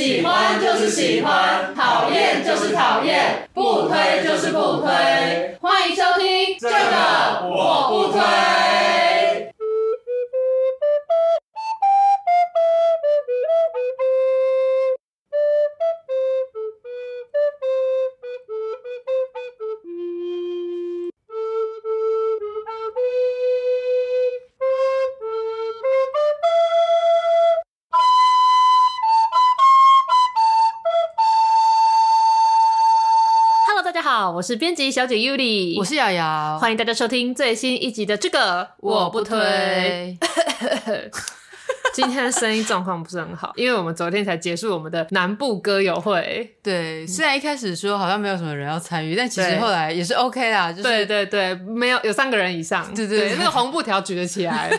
喜欢就是喜欢，讨厌就是讨厌，不推就是不推。欢迎收听这个我不 推。 Hello，大家好，我是编辑小姐 Yuli，我是瑶瑶，欢迎大家收听最新一集的这个我不。推，今天的声音状况不是很好，因为我们昨天才结束我们的南部歌友会。对，虽然一开始说好像没有什么人要参与，但其实对后来也是 OK 啦，就是对对对，没有有三个人以上，对对对那个红布条举得起 来。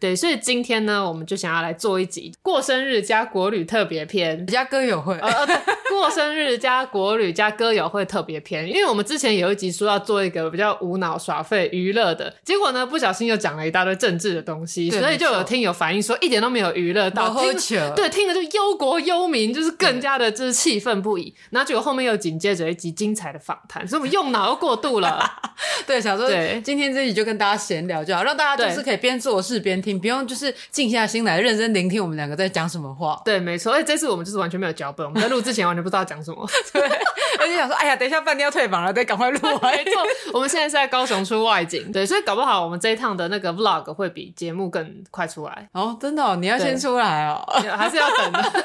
对，所以今天呢，我们就想要来做一集过生日加国旅特别篇比。较歌友会，呃，呃过生日加国旅加歌友会特别篇，因为我们之前有一集说要做一个比较无脑耍废娱乐的，结果呢不小心又讲了一大堆政治的东西，对所以就没有错听友反映说一点都没有娱乐到，然后听球，对，听了就忧国忧民，就是更加的就是气愤不已。然后结果后面又紧接着一集精彩的访谈，所以我们用脑又过 度了。 对，想说对今天这集就跟大家闲聊就好，让大家就对。是可以边做事边听，不用就是静下心来认真聆听我们两个在讲什么话对，没错。而且哎这次我们就是完全没有脚本，我们在录之前完全不知道讲什么。 对， 而且想说，哎呀，等一下饭店要退房了，得赶快录 完。没错，我们现在是在高雄出外景，对，所以搞不好我们这一趟的那个 vlog 会比节目更快出来，哦，真的、哦，你要对先出来哦。 还是要等的。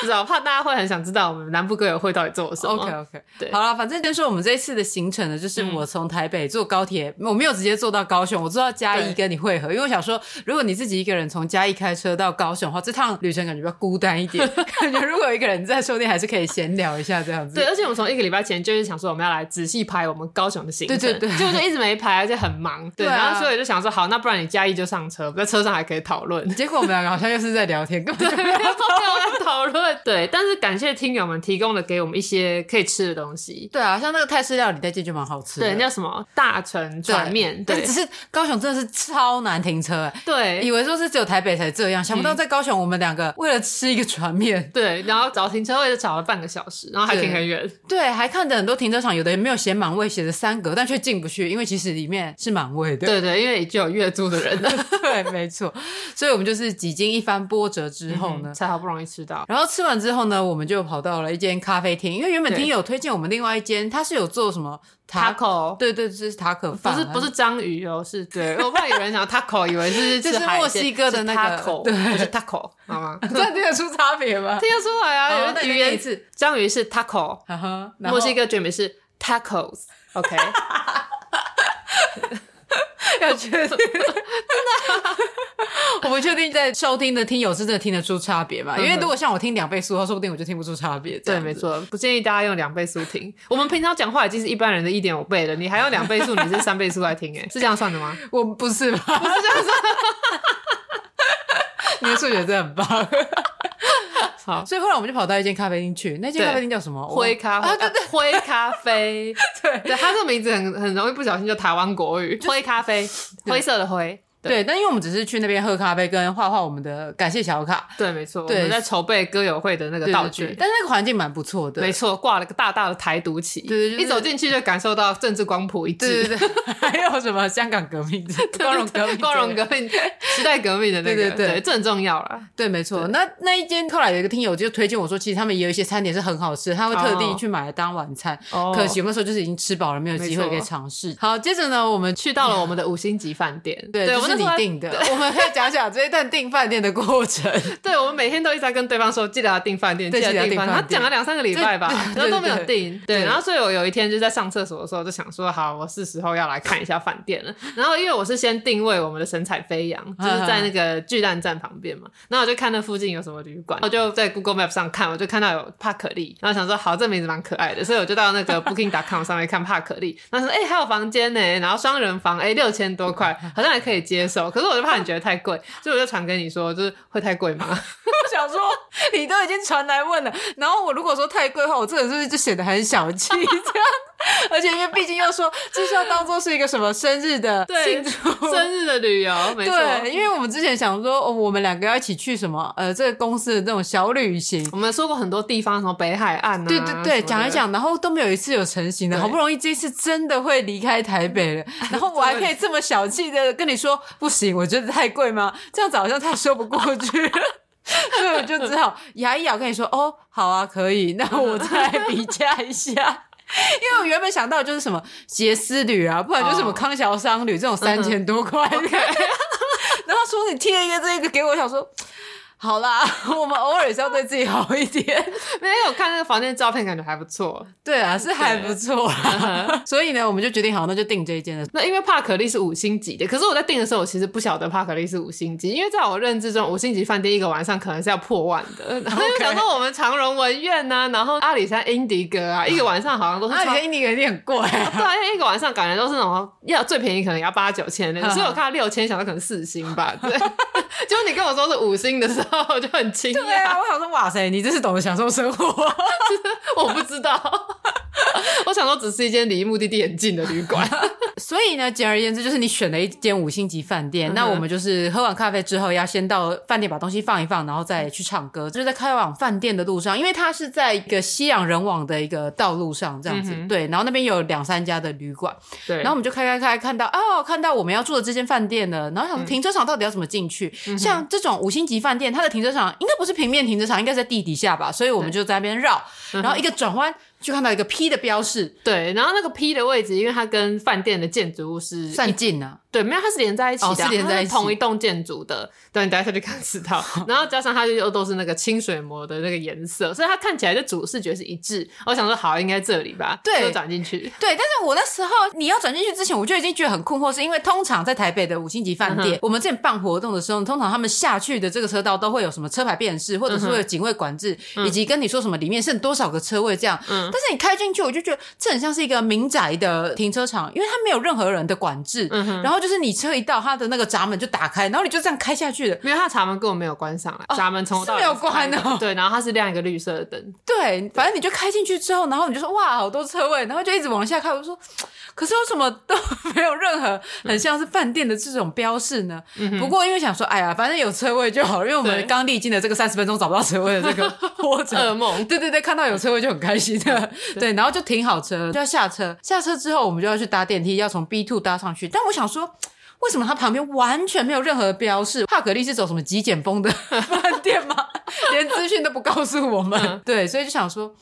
不知道，怕大家会很想知道我们南部歌友会到底做了什么。 OK OK，对嗯好了，反正先说我们这一次的行程呢，就是我从台北坐高铁，我没有直接坐到高雄，我坐到嘉对义跟你会合，因为我想说，如果你自己一个人从嘉义开车到高雄的话，这趟旅程感觉比较孤单一 点，感觉如果有一个人在，说不定还是可以闲聊一下这样子。对，而且我们从一个礼拜前就是想说我们要来仔细排我们高雄的行程，对对对结果就一直没排，而且很忙。对，对啊然后所以我就想说，好，那不然你嘉义就上车，我 们在车上还可以 讨论。结果我们两个好像又是在聊天，根本就没有没有在讨论，对，但是感谢听友们提供了给我们一些可以吃的东西。对啊，像那个泰式料理在这就蛮好吃的。对，那叫什么大成船面，但对只是高雄真的是超难停车、哎以 对嗯为说是只有台北才这样，想不到在高雄我们两个为了吃一个船面，对，然后找停车位就找了半个小时，然后还停很远，对，还看着很多停车场，有的也没有写满位，写着三格，但却进不去，因为其实里面是满位的。 对对，因为已经有月租的人了，对，没错。所以我们就是几经一番波折 之后呢，嗯才好不容易吃到。嗯然后吃完之后呢，我们就跑到了一间咖啡厅，因为原本对听友推荐我们另外一间，它是有做什么塔， taco 对对，就是塔啊可不饭，是不是章鱼哦，是对，我怕有人想 taco，以为 是就吃是海墨鲜西哥的是那个 taco，对不是 taco，好吗？这样听得出差别吗？听得出来啊，好有那你嗯人语念一言次，章鱼是 taco，哈哈，然后墨西哥卷饼是 tacos，OK，要确定，真的、 我不确定在收听的听友是真的听得出差别嘛？因为如果像我听两倍速的话，说不定我就听不出差别。这对，样子没。错，不建议大家用两倍速听。我们平常讲话已经是一般人的一点五倍了，你还用两倍速，你是三倍速来 听，哎，是这样算的吗？我不是吧？不是这样说。你的数学真的很棒，好，所以后来我们就跑到一间咖啡厅去。那间对咖啡厅叫什么？我灰啊，咖啡，对对啊灰咖 啡，对，它这个名字很很容易不小心就台湾国语，灰咖啡，灰色的灰，对对。但因为我们只是去那边喝咖啡跟画画我们的感谢小卡对，没错，我对们在筹备歌友会的那个道对对对具。但是那个环境蛮不错的。没错，挂了个大大的台独旗，对对就是一走进去就感受到政治光谱一致，对对对，还有什么香港革 命、光荣革命、 光荣革命、时代革命的那个，对对对这很重要啦。对，没错。那那一间后来有一个听友就推荐我说，其实他们也有一些餐点是很好吃，他会特地哦去买来当晚餐。哦可惜我那时候就是已经吃饱了，没有机没会错可以尝试。好，接着呢，我们去去到了我们的五星级饭店，对，对，这我们是那时你候订的。我们要讲讲这一段订饭店的过 程。对，我们每天都一直在跟对方说，记得要订饭店，对记得要记得订订饭饭店。店他讲了两三个礼拜吧，然这后对都没有对订。对，对然后所以我有一天就在上厕所的时候，就想说，好，我是时候要来看一下饭店了。然后因为我是先定位我们的神采飞扬，就是在那个巨蛋站旁边嘛。然后我就看那附近有什么旅馆，我就在 Google Map 上看，我就看到有帕可丽，然后想说，好，这名字蛮可爱的，所以我就到那 个 Booking.com 上面看帕可丽，然后说，哎、还有房间呢，然后双人房，哎、六千多块，好像还可以接受。可是我就怕你觉得太贵，所以我就传给你说，就是会太贵吗？ 我想说，你都已经传来问了，然后我如果说太贵的话，我这个人是不是就显得很小气？这样，而且因为毕竟又说，这是要当做是一个什么生日的对庆祝。生日的旅游，没错。对，因为我们之前想说，哦，我们两个要一起去什么？呃，这个公司的这种小旅行，我们说过很多地方，什么北海岸啊，对对什么对，的讲一，讲，然后都没有一次有成型的，对好不容易这一次真的会离开台北 了，然后我还可以这么小气的跟你说，不行，我觉得太贵 吗？这样子好像太说不过去了。所以我就只好牙一咬，跟你说哦，好啊，可以，那我再来比价一 下。因为我原本想到就是什么杰斯旅啊，不然就是什么哦嗯康桥商旅这种三千多块的。 然后说你贴了一个这个给我，我想说好啦， 我们偶尔也是要对自己好一点。没有看那个房间照片，感觉还 不错。嗯对啊，是还不错啦。 所以呢，我们就决定好，那就订这一间了。那因为帕可利是五星级的，可是我在订的时候，我其实不晓得帕可利是五星级，因为在我认知中，五星级饭店一个晚上可能是要破万的。 然后就想说我们长荣文苑呐、然后阿里山英迪格啊，一个晚上好像都是那你超的印尼肯定很贵、对啊，因为一个晚上感觉都是那种要最便宜可能要八九千那嗯种，所以我看到六千，想到可能四星吧。对， 结果你跟我说是五星的时候，我就很惊 对讶，啊，我想说，哇塞，你真是懂得享受生活。我不知道， 我想说只是一间离目的地很近的旅 馆。 所以呢，简而言之，就是你选了一间五星级饭店，嗯哼那我们就是喝完咖啡之后，要先到饭店把东西放一放，然后再去唱歌。就是在开往饭店的路上，因为它是在一个熙攘人往的一个道路上，这样子。嗯哼对，然后那边有两三家的旅馆，对，然后我们就开开开，看到哦，看到我们要住的这间饭店了。然后想说停车场到底要怎么进去？像这种五星级饭店，它的停车场应该不是平面停车场，应该是在地底下吧？所以我们就在那边绕，然后一个转弯就看到一个 P 的标示，对，然后那个 P 的位置，因为它跟饭店的建筑物是算近啊。对，没有，它是连在一起的啊，哦是连在一起它同一栋建筑的。对，你等一下就看知 道。然后加上它就又都是那个清水膜的那个颜色，所以它看起来的主视觉是一致。我想说，好，应该这里吧，对就转进去。对，但是我那时候你要转进去之前，我就已经觉得很困惑，是因为通常在台北的五星级饭店，嗯哼我们之前办活动的时候，通常他们下去的这个车道都会有什么车牌辨识，或者是会嗯有警卫管制，以及跟你说什么里面剩多少个车位这样。但是你开进去，我就觉得这很像是一个民宅的停车场，因为它没有任何人的管制，嗯然后就是你车一到，它的那个闸门就打开，然后你就这样开下去了。没有，它的闸门根本没有关上来，闸门从头到哦尾是没有是开关哦对，然后它是亮一个绿色的灯，对，反正你就开进去之后，然后你就说哇，好多车位，然后就一直往下开。我就说，可是为什么都没有任何很像是饭店的这种标示呢？不过因为想说，哎呀，反正有车位就好了，因为我们嗯对刚历经了这个三十分钟找不到车位的这个 波噩折。梦。嗯对对对，看到有车位就很开心 的，对，然后就停好车，就要下车。下车之后，我们就要去搭电梯，要从 B two 搭上去。但我想说，为什么它旁边完全没有任何标示？帕格利是走什么极简风的 饭店吗？连资讯都不告诉我们。嗯对，所以就想说。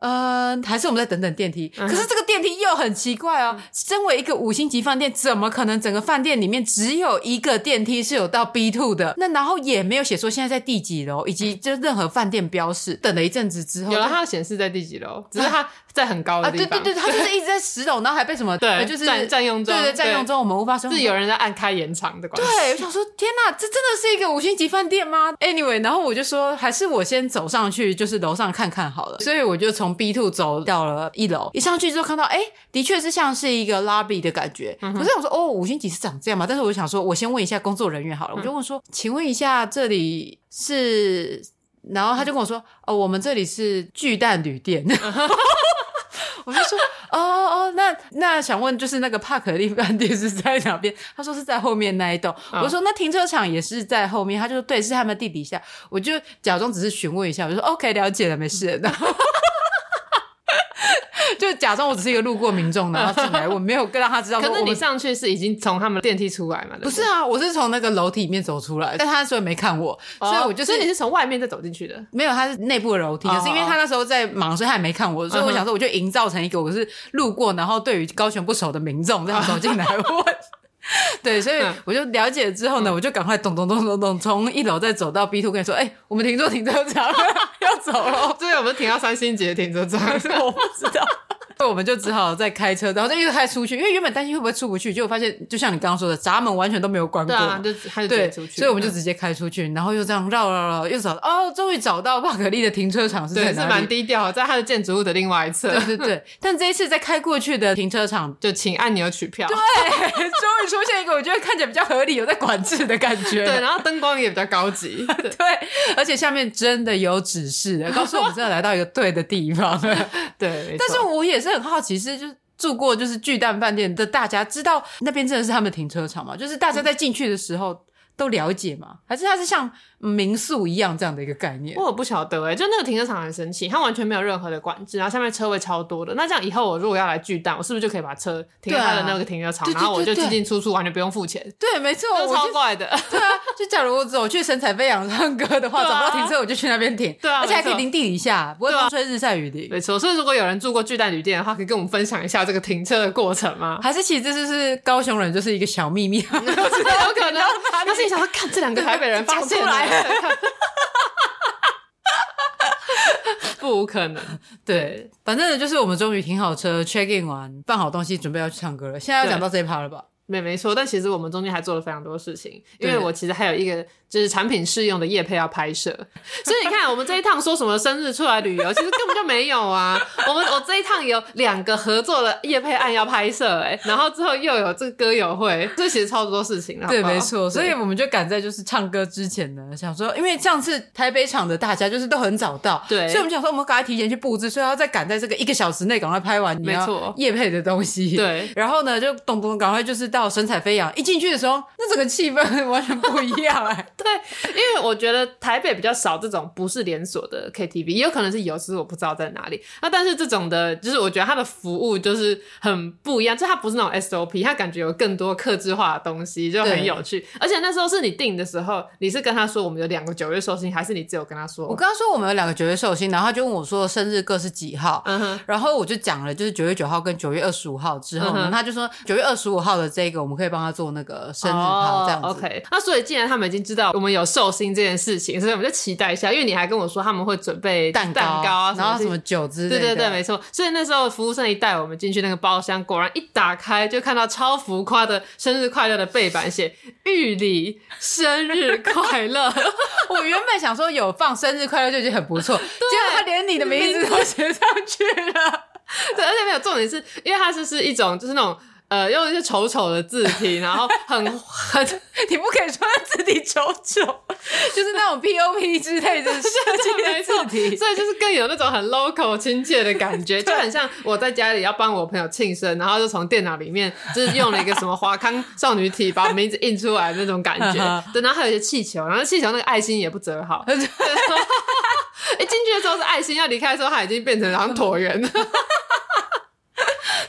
呃，还是我们再等等电梯。嗯可是这个电梯又很奇怪哦。身为一个五星级饭店，怎么可能整个饭店里面只有一个电梯是有到 B two 的？那然后也没有写说现在在第几楼，以及就任何饭店标示。等了一阵子之后，有了，它有显示在第几楼，只是 它在很高哦啊，的地对方。对对，他就是一直在十楼，然后还被什么对呃就是占占用中对对占用对中，我们无法使用。是有人在按开延长的关系。对，我哦想说， 天哪，这真的是一个五星级饭店吗？Anyway，然后我就说，还是我先走上去，就是楼上看看好了。所以我就从 B two 走到了一楼，一上去之后看到，哎，的确是像是一个 lobby 的感觉。可是我说，哦，五星级是长这样嘛？但是我想说，我先问一下工作人员好了，我就问说，请问一下这里是？然后他就跟我说，哦，我们这里是巨蛋旅 店。我就说，哦哦，那那想问，就是那个帕可利饭 店是在哪边？他说是在后面那一栋。嗯我说那停车场也是在后面，他就说对，是他们地底下。我就假装只是询问一下，我就说 OK，了解了，没事了。 然后就假装我只是一个路过民众，然后进来，我没有让他知道说可我是们。你上去是已经从他们电梯出来嘛？不对对是啊，我是从那个楼梯里面走出来，但他所以没看我，啊所以我就是哦所以你是从外面再走进去的。没有，他是内部的楼梯，哦可是因为他那时候在忙，所以他也没看我，所以我想说，我就营造成一个我是路过，然后对于高雄不熟的民众这样走进来问。 对，所以嗯我就了解之后呢，我就赶快咚咚咚咚咚从一楼再走到 B two，跟你说，哎、我们停坐停车场要走了，哦，对，我们停到三星节停车场。 我不知道。所以 我们就只好再开车，然后就一直开出去，因为原本担心会不会出不去，结果发现就像你刚刚说的，闸门完全都没有关过对啊，就他就直接对，出去，嗯所以我们就直接开出去，然后又这样绕绕绕，又找哦，终于找到帕可利的停车场是对在是哪里蛮低调的，在它的建筑物的另外一侧，对对 对，但这一次在开过去的停车场，就请按钮取票。对，终于出现一个我觉得看起来比较合理、有在管制的感觉。对，然后灯光也比较高 级。对对，而且下面真的有指示的，告诉我们真的来到一个对的地方了。对，没但是错我也是很好奇，是就是住过就是巨蛋饭店的大家，知道那边真的是他们停车场吗？就是大家在进去的时候都了解吗？还是它是像民宿一样这样的一个概念？我不晓得哎、就那个停车场很神奇，它完全没有任何的管制，然后下面车位超多的。那这样以后我如果要来巨蛋，我是不是就可以把车停在它的那个停车场，对啊然后我就对对对进进出出，完全不用付钱，对，没错，这我超就怪 的。对啊，就假如我走去神采飞扬唱歌的话，对找不啊到停车我就去那边停，对啊而且还可以没错淋地底下，不会对啊风吹日晒雨淋。没错，所以如果有人住过巨蛋旅店的话，可以跟我们分享一下这个停车的过程吗？还是其实这就是高雄人就是一个小秘密，啊嗯有可能，但是你想说，看这两个台北人发现讲出了来，不可能。 对，反正呢就是我们终于停好车，check in 完，办好东西，准备要去唱歌了。现在要对讲到这一趴了吧？没没错，但其实我们中间还做了非常多事情，因为对我其实还有一个就是产品试用的业配要拍摄，所以你看我们这一趟说什么生日出来旅游，其实根本就没有啊。我们我这一趟有两个合作的业配案要拍摄，哎，然后之后又有这个歌友会，这其实超多事情了。对，好不好没错，所以对我们就赶在就是唱歌之前呢，想说，因为上次台北场的大家就是都很早到，对所以我们想说我们赶快提前去布置，所以要再赶在这个一个小时内赶快拍完，没错夜配的东西，。对。然后呢，就咚咚赶快就是到神采飞扬，一进去的时候，那整个气氛 完全不一样哎、对，因为我觉得台北比较少这种不是连锁的 KTV，也有可能是有，只是我不知道在哪里。那但是这种的，就是我觉得它的服务就是很不一样，就它不是那种 SOP，它感觉有更多克制化的东西，就很对有趣。而且那时候是你订的时候，你是跟他说我们有两个九月寿星，还是你只有跟他说？我跟他说我们有两个九月寿星，然后他就问我说生日各是几号，嗯哼，然后我就讲了，就是九月九号跟九月二十五号之后呢，嗯哼他就说九月二十五号的这个我们可以帮他做那个生日趴、这样子。哦 OK，那所以既然他们已经知道我们有寿星这件事情，所以我们就期待一下，因为你还跟我说他们会准备蛋糕，蛋糕啊，然后什什么么酒之类的。对对对，没错。所以那时候服务生一带我们进去那个包厢，果然一打开就看到超浮夸的生日快乐的背板写“玉里生日快乐 我原本想说有放生日快乐就已经很不错，结果他连你的名字都写上去了。”。对，而且没有重点是，因为它是是一种就是那种呃用一些丑丑的字体，然后很很你不可以说他字体丑丑，就是那种 POP 之类的设计的没错字 体。所以就是更有那种很 local 亲切的感觉，就很像我在家里要帮我朋友庆生，然后就从电脑里面就是用了一个什么华康少女体把我名字印出来的那种感嗯 觉。对，然后还有一些气球，然后气球那个爱心也不折好。对 一进去的时候是爱心，要离开的时候它已经变成好像 椭圆了。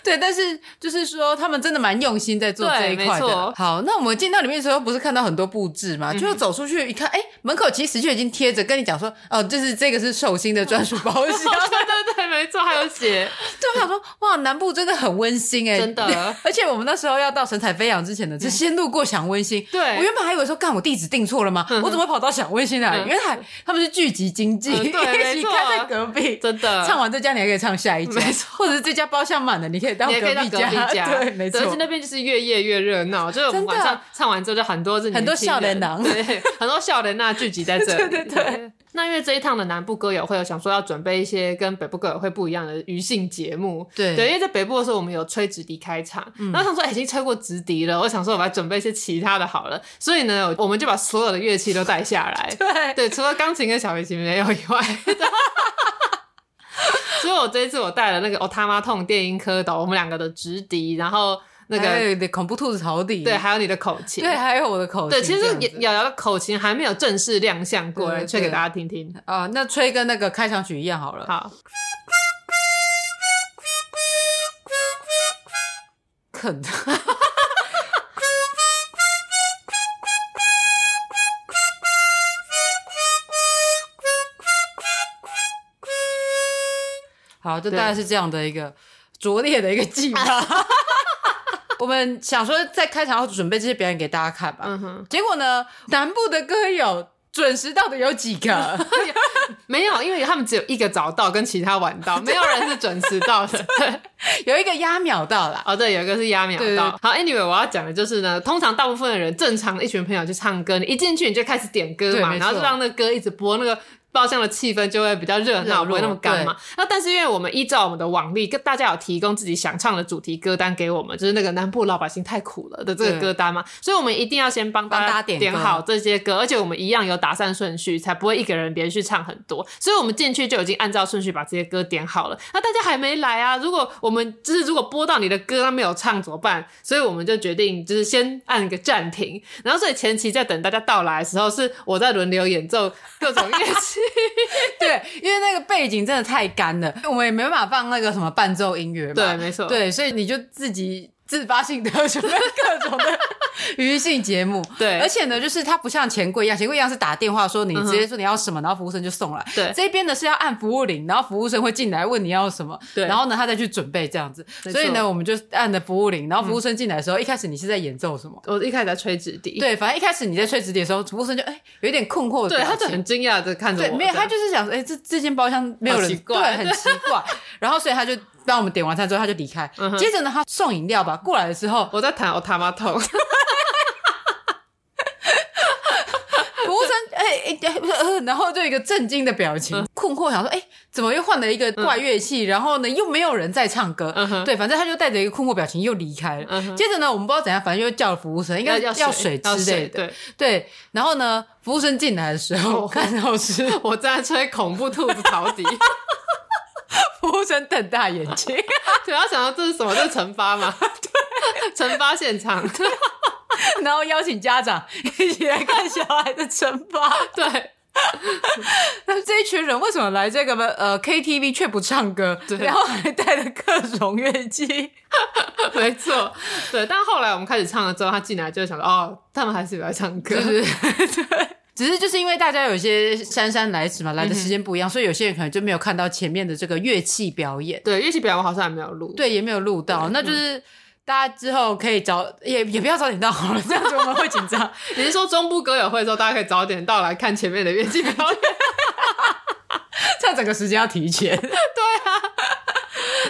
对，但是就是说他们真的蛮用心在做这一对块没错嗯的。好，那我们进到里面的时候，不是看到很多布置嘛？就走出去一看，哎、门口其实就已经贴着跟你讲说，哦，就是这个是寿星的专属包厢。对对对，没错，还有写，对，我想说，哇，南部真的很温馨哎、真的。 而且我们那时候要到神采飞扬之前呢，是先路过享温馨。对我原本还以为说，干我地址定错了吗？我怎么会跑到享温馨来？嗯原来他们是聚集经济，嗯 对一没起错开在隔壁。 真 的唱完这家，你还可以唱下一家，没或者是这家包厢满了，你可以到隔你也可以到壁隔壁家， 对，没错而。且那边就是越夜越热闹，就是我们真的晚上唱完之后，就很多是年轻很人多少年郎对，很多笑人呐聚集在这里。 对对对那因为这一趟的南部歌友会，有想说要准备一些跟北部歌友会不一样的余兴节目。对嗯对，因为在北部的时候，我们有吹直笛开场，然后想说、哎已经吹过直笛了，我想说我们来准备一些其他的好了，所以呢，我们就把所有的乐器都带下来。 对 对，除了钢琴跟小提琴没有以外， 所以我这一次我带了那个 Otama 痛电音蝌蚪，我们两个的直笛，然后那还个有点恐怖兔子曹迪，对，还有你的口琴。哎对，还有我的口对，琴其这实样子瑶瑶的口琴还没有正式亮相过，对来对吹给大家听听。啊，那吹跟那个开场曲一样好了。好，啃的。 好，就大概是这样的一个拙劣的一个计划。 我们想说在开场要准备这些表演给大家看吧，嗯哼，结果呢，南部的歌友准时到的有几个？ 没有，因为他们只有一个早到，跟其他晚到，没有人是准时到的。 对，有一个压秒到啦。哦，对，有一个是压秒对对对到。好，anyway，我要讲的就是呢，通常大部分的人，正常的一群朋友去唱歌，你一进去你就开开始点歌对嘛，没错然后就让那个歌一直播，那个包厢的气氛就会比较热热闹，络不会那么干嘛。那但是因为我们依照我们的往例，跟大家有提供自己想唱的主题歌单给我们，就是那个南部老百姓太苦了的这对个歌单嘛，所以我们一定要先帮帮大大家家点点歌好这些歌，而且我们一样有打散顺序，才不会一个人连续唱很多。所以我们进去就已经按照顺序把这些歌点好了。那大家还没来啊？如果我们就是如果播到你的歌他没有唱怎么办？所以我们就决定就是先按个暂停，然后所以前期在等大家到来的时候，是我在轮流演奏各种乐 器。对，因为那个背景真的太干了，我们也没办法放那个什么伴奏音乐嘛。对，没错，对，所以你就自己自发性的 准备各 种的娱乐性节目。对嗯而且呢，就是它不像钱柜一样，钱柜一样是打电话说你直接说你要什么，然后服务生就送来。对这边呢是要按服务铃，然后服务生会进来问你要什么，对然后呢他再去准备这样子。没所以呢，错嗯我们就按了服务铃，然后服务生进来的时候，一开始你是在演奏什么？我一开始在吹纸笛，对，反正一开始你在吹纸笛的时候，服务生就哎、有点困惑的对，表情，他就很惊讶的看着对，我，没有，这样他就是想，哎、这这间包厢没有人，好奇怪对，很奇怪。然后所以他就当我们点完餐之后，他就离开。嗯哼接着呢，他送饮料吧，过来的时候，我在弹 我他妈痛，服务生，哎、哎哎呃然后就一个震惊的表情，嗯困惑，想说，哎、怎么又换了一个怪乐器？然后呢，又没有人在唱歌。嗯哼对，反正他就带着一个困惑表情又离开了。嗯哼接着呢，我们不知道怎样，反正又叫了服务生，应该 要要水之类的。对，对，然后呢，服务生进来的时候，哦看到是 我正在吹恐怖兔子陶笛，服务生瞪大眼睛。对，他想到这是什么？这是惩罚 吗？惩罚现场， 然后邀请家长一起来看小孩的惩罚。对， 那这一群人为什么来这个呃 KTV 却不唱歌，对然后还带了各种乐器？没错，对。但后来我们开始唱了之后，他进来就想到，哦，他们还是有在 唱歌，就是 对。只是就是因为大家有些姗姗来迟嘛，来的时间不一样，所以有些人可能就没有看到前面的这个乐器表演，对乐器表演我好像还没有录，嗯对，也嗯没有录到。那就是大家之后可以早，也也不要早点到好了，这样子我们会紧张。 你是说中部歌友会的时候，大家可以早点到来看前面的乐器表 演？这样整个时间要提前。 对啊，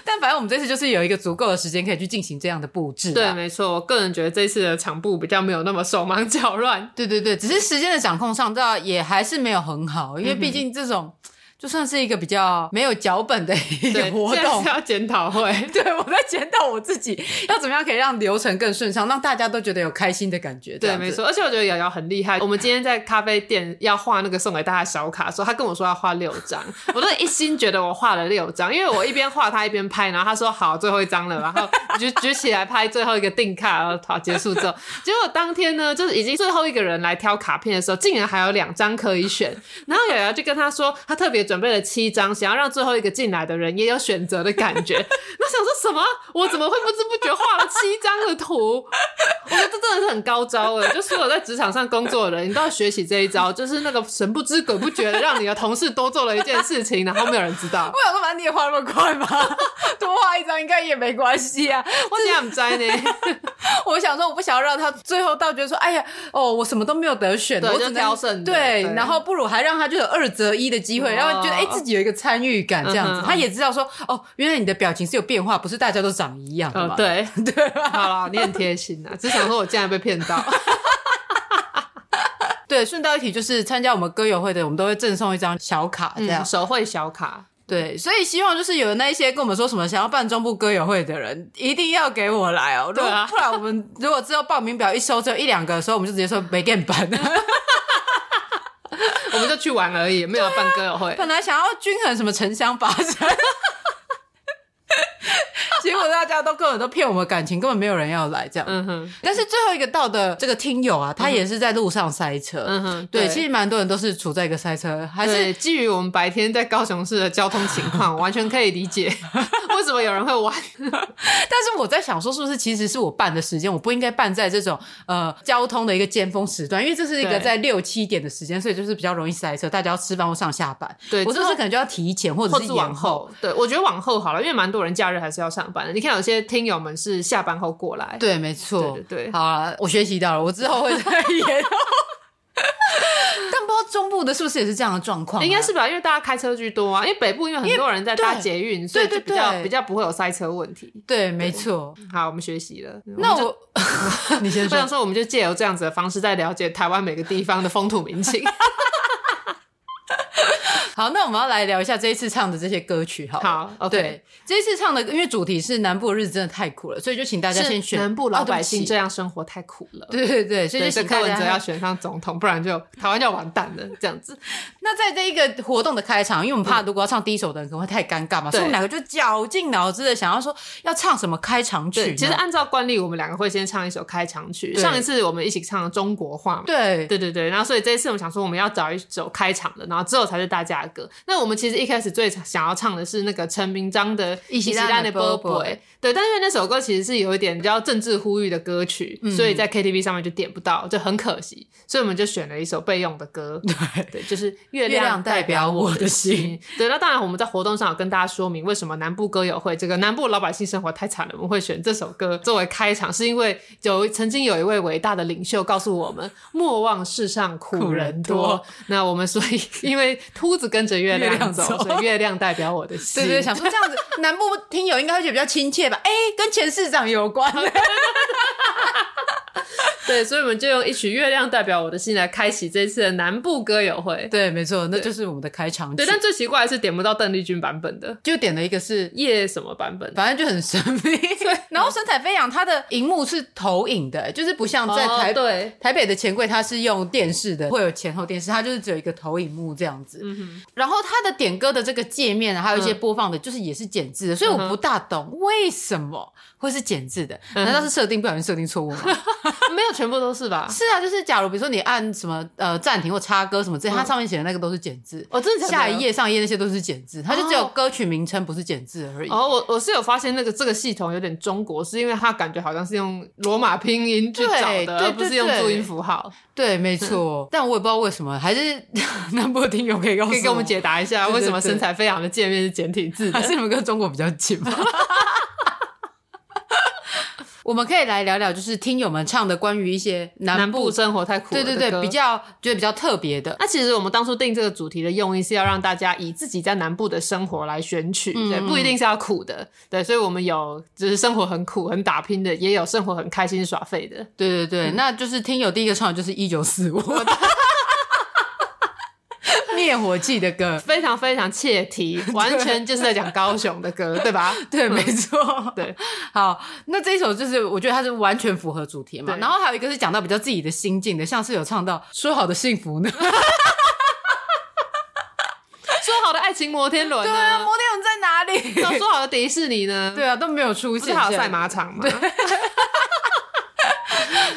但反正我们这次就是有一个足够的时间可以去进行这样的布置啊。对，没错，我个人觉得这次的场布比较没有那么手忙脚乱。对对对，只是时间的掌控上，倒也还是没有很好，嗯因为毕竟这种、就算是一个比较没有脚本的一个对，活现在动是。要检讨会。 对，我在检讨我自己，要怎么样可以让流程更顺畅，让大家都觉得有开心的感觉。这对，样子没。错，而且我觉得瑶瑶很厉害。我们今天在咖啡店要画那个送给大家的小卡的时候，她跟我说要画六张，我都一心觉得我画了六张，因为我一边画她一边拍，然后她说好最后一张了，然后我就举起来拍最后一个定卡，然后好结束之后，结果当天呢，就是已经最后一个人来挑卡片的时候，竟然还有两张可以选，然后瑶瑶就跟她说，她特别准备了七张，想要让最后一个进来的人也有选择的感 觉。那想说什么？我怎么会不知不觉画了七张的图？我觉得这真的是很高招哎！就所有在职场上工作的人，你都要学习这一招，就是那个神不知鬼不觉的，让你的同事多做了一件事情，然后没有人知道。 我想说，反正你也画那么快嘛， 多画一张应该也没关系啊。我这样 摘呢，我想说，我不想要让他最后到觉得说，哎呀，哦，我什么都没有得选，对我就只能挑剩的对，对然后不如还让他就有二择一的机会，哦然后觉得哎、自己有一个参与感这样子，嗯哼他也知道说，哦，原来你的表情是有变化，不是大家都长一样的呃嘛，，对，对啊吧？好啦，你很贴心啊，只想说我竟然被骗到，对，顺道一提，就是参加我们歌友会的，我们都会赠送一张小卡 这样。嗯 手绘小卡。对，所以希望就是有那一些跟我们说什么想要办中部歌友会的人，一定要给我来哦。如果对啊不然我们如果之后报名表一收只有一两个的时候，我们就直接说没给你办。我们就去玩而已，没有办歌 友会。本来想要均衡什么城乡发展，结果大家都根本都骗我们感情，根本没有人要来这样。嗯哼，但是最后一个到的这个听友啊，他也是在路上塞车。嗯哼，对，其实蛮多人都是处在一个塞车，还是对，基于我们白天在高雄市的交通情 况，完全可以理解 为什么有人会玩。但是我在想说，是不是其实是我办的时间，我不应该办在这种呃交通的一个尖峰时段，因为这是一个对在六七点的时间，所以就是比较容易塞车，大家要吃饭或上下班。对我是不之是后可能就要提前或者或是是延往？后，对我觉得往后好了，因为蛮多人假日还是要上班的。你看有些听友们是下班后过来，对，没错，对对对好啊，我学习到了，我之后 会再研究。但不知道中部的是不是也是这样的状况、啊应该是。吧，因为大家开车居多啊。因为北部因为很多人在搭捷运，所以就对比对较对比较不会有塞车问题。对，没错。好，我们学习了。 那们就我， 你先我说想。说，我们就借由这样子的方式，在了解台湾每个地方的风土民情。好，那我们要来聊一下这一次唱的这些歌曲 好了，好，OK 对，这一次唱的，因为主题是南部的日子真的太苦了，所以就请大家先是选啊哦南部老百姓这样，样生活太苦了。对对对，所以就对，所请以柯大文哲要家。选上总统，不然就台湾就完蛋了。这样子，那在这一个活动的开场，因为我们怕嗯如果要唱第一首的人可能会太尴尬嘛，所以我们两个就绞尽脑汁的想要说要唱什么开场曲对，呢。其实按照惯例，我们两个会先唱一首开场曲。对上一次我们一起唱《中国话》嘛，对对对对，然后所以这一次我们想说我们要找一首开场的，然后之后才是大家的歌。那我们其实一开始最想要唱的是那个陈明章的《一起烂烂的的波波波欸波》，对，但是因为那首歌其实是有一点比较政治呼吁的歌曲，所以在 KTV 上面就点不到，就很可惜，所以我们就选了一首备用的 歌，对就是月月亮代表我的心。对，那当然我们在活动上有跟大家说明为什么南部歌友会这个南部老百姓生活太惨了，我们会选这首歌作为开场，是因为有曾经有一位伟大的领袖告诉我们，莫忘世上苦苦人人多多。那我们所以因为秃子跟着月月亮亮走，走所以月亮代表我的心。 对对，想说这样子，南部听友应该会觉得比较亲切吧？哎，跟前市长有关。对，所以我们就用一曲《月亮代表我的心》来开启这次的南部歌友会。 对，没错，那就是我们的开场曲。对，但最奇怪的是点不到邓丽君版本的就点了一个是夜什么版本？反正就很神秘。 对，然后神采飞扬，它的荧幕是投影的，就是不像在哦台、对，台北的钱柜，它是用电视的，会有前后电视，它就是只有一个投影幕这样子。然后它的点歌的这个界面啊，还有一些嗯播放的，就是也是剪字的，所以我不大懂为什么会是剪字的，嗯哼难道是设定不小心设定错误吗？没有全部都是吧？是啊，就是假如比如说你按什么呃暂停或插歌什么之类，它上面写的那个都是剪字。 嗯哦，真的假下的一页、上一页那些都是剪字，它就只有哦歌曲名称不是剪字而已。哦，我我是有发现那个这个系统有点中国，是因为它感觉好像是用罗马拼音去对找对的，而不是对用对注音符号。对，没错，但我也不知道为什么，还是 南部的听友可以告诉嗯可以给我们解答一下，对对为什么对身材飞扬的界 面是简体字我，的还？是你们跟中国比较近 吧？我们可以来聊聊，就是听友们唱的关于一些南南部生活太苦了对的歌。对对，比较觉得比较特别的。那其实我们当初定这个主题的用意是要让大家以自己在南部的生活来选取，对，不一定是要苦的，对，所以我们有就是生活很苦、很打拼的，也有生活很开心耍废的。对对对，那就是听友第一个唱的就是一九四五。 灭火器的歌，非常非常切 题，完全就是在讲高雄的歌，对吧？ 对，嗯没错，对，好，那这一首就是我觉得它是完全符合主题嘛，对然后还有一个是讲到比较自己的心境的，像是有唱到说好的幸福 呢，说好的爱情摩天轮呢？对啊，摩天轮在哪里？那说好的迪士尼呢？ 对，啊，都没有出不是现，还有赛马场吗？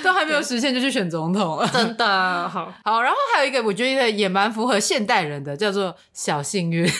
都还没有实现就去选总统了。真的好，好，然后还有一个我觉得也蛮符合现代人的，叫做小幸运。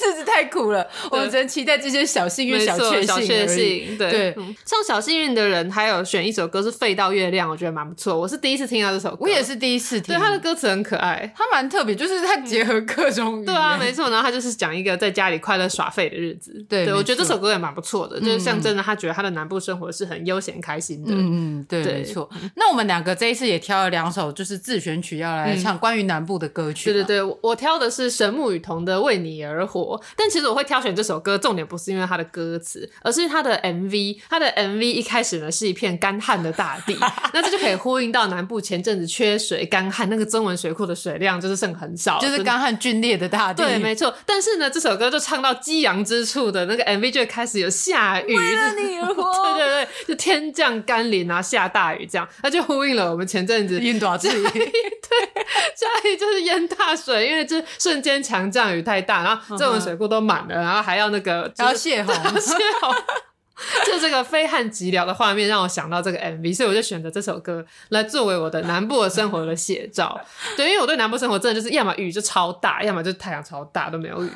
日子太苦了，我们只能期待这些小幸运、 没错，确小幸、确确。幸，对对。嗯唱小幸运的人，还有选一首歌是《废到月亮》，我觉得蛮不错。我是第一次听到这首歌，我也。是嗯第一次听，对，他的歌词很可爱。他蛮特别，就是他结合各种语言。对啊，没错。然后他就是讲一个在家里快乐耍废的日子。对我没觉得这错嗯首歌也蛮不错的，就是象征着他觉得他的南部生活是很悠闲开心的。嗯嗯，对，对没错。那我们两个这一次也挑了两首，就是自选曲要来唱关于南部的歌曲对嘛。嗯对对，我我挑的是神木雨桐的《为你而活》，但其实我会挑选这首歌，重点不是因为它的歌词，而是它的 MV。它的 MV 一开始呢是一片干旱的大 地，那这就可以呼应到南部前阵子缺水、干旱，那个中文水库的水量就是剩很少，就是真的干旱皲裂的大地。对，没错。但是呢，这首歌就唱到激昂之处的那个 MV 就会开始有下雨，你而 对对对，就天降甘霖啊，下大雨这样，那就呼应了我们前阵子晕多少次？ 家里就是淹大水，因为这瞬间强降雨太大，然后这种水库都满了，然后还要那个然后就是泄洪。泄洪。 就这个非旱即聊的画面让我想到这个 MV，所以我就选择这首歌来作为我的南部的生活的写照。 对，因为我对南部生活真的就是要么雨就超大，要么就太阳超大都没有雨。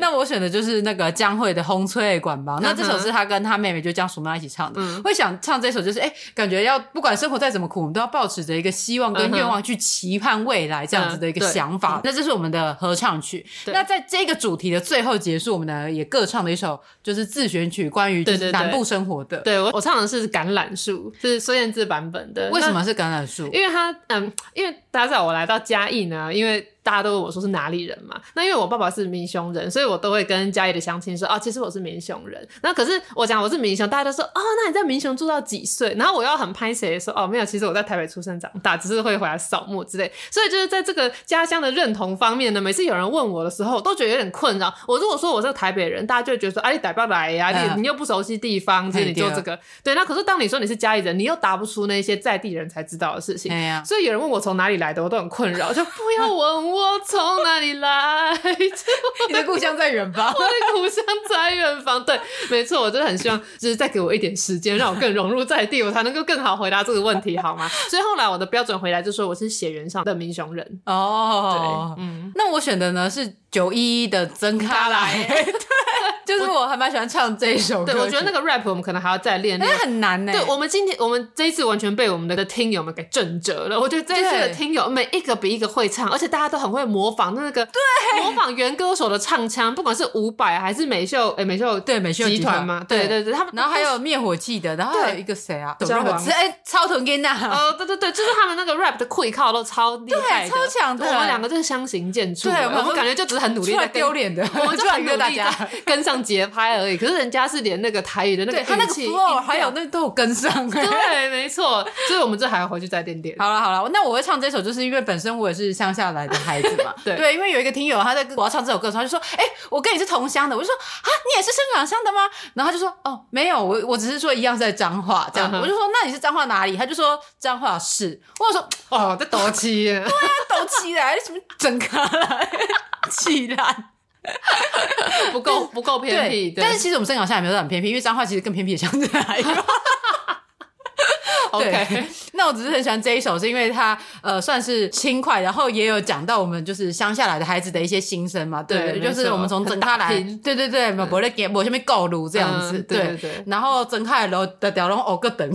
那我选的就是那个江蕙的《轰吹管嗯帮》，那这首是他跟他妹妹就江淑妈一起唱的。会想唱这首，就是哎、感觉要不管生活再怎么苦，我们都要保持着一个希望嗯跟愿望去期盼未来这样子的一个想法。那这是我们的合唱曲。对那在这个主题的最后结束，我们呢也各唱了一首就是自选曲，关于就对对对是南部生活的。对我，我唱的是橄榄树，是孙燕姿版本的。为那什么是橄榄树？因为他嗯，因为大家知道我来到嘉义呢，因为大家都问我说是哪里人嘛。那因为我爸爸是民雄人，所以我都会跟家里的乡亲说啊，其实我是民雄人。那可是我讲我是民雄，大家都说哦，那你在民雄住到几岁？然后我要很拍谁说哦，没有，其实我在台北出生长大，只是会回来扫墓之类。所以就是在这个家乡的认同方面呢，每次有人问我的时候，我都觉得有点困扰。我如果说我是台北人，大家就会觉得说，哎、啊，你台北来呀、嗯你你又不熟悉地方，所以你做这个。对，那可是当你说你是家里人，你又答不出那些在地人才知道的事情。哎呀，所以有人问我从哪里来的，我都很困扰，就不要问我从哪里来，就你的故乡在远 方。我的故乡在远方。对，没错，我真的很希望，就是再给我一点时间，让我更融入在地，我才能够更好回答这个问题，好吗？所以后来我的标准回来就说我是血缘上的民雄人。哦，嗯，那我选的呢是九一一的曾卡 莱，对， 就是我还蛮喜欢唱这一首歌对，曲。我觉得那个 rap 我们可能还要再练那练个。很难欸呢。对，我们今天我们这一次完全被我们的听友们给震折了。我觉得这一次的对听友每一个比一个会唱，而且大家都很会模仿那个对模仿原歌手的唱腔，不管是伍佰还是美秀，哎、美秀对美秀集集团团嘛，对对对对，他们然后还有灭火器的，然后还有一个谁啊？小王哎，超屯跟 娜，哦，对对对，就是他们那个 rap 的 quick 靠都超厉害对的，超强的我们两个就是相形见绌，对我我们们感觉就只是很努力出来在丢脸。脸 的， 我们就出来很努约力大家。 在跟上节拍而已，可是人家是连那个台语的那个对他那语个气 flow 音还有调那都有跟上哎。 对，没错，所以我们这还要回去再练练。好了好了，那我会唱这首，就是因为本身我也是乡下来的孩子嘛。 对因为有一个听友他在跟我要唱这首歌的时候，他就说：“哎、我跟你是同乡的。”我就说：“啊，你也是香港乡的吗？”然后他就说：“哦，没有，我我只是说一样是在彰化这样。嗯哼我就说：“那你是彰化哪里？”他就说：“彰化市。”我说哦，在抖气耶，：“他抖起来，你怎么整开来？ 起来。” 不够不够偏僻，对但是其实我们香港乡也没有很偏僻，因为彰化其实更偏僻的乡镇还有。 OK， 那我只是很喜欢这一首，是因为它呃算是轻快，然后也有讲到我们就是乡下来的孩子的一些心声嘛，对不对？对没就错是我们从整开来很打拼，对对对，没不会给我下面告路这样子，嗯对对对对然后整开来然后的屌龙哦个 等。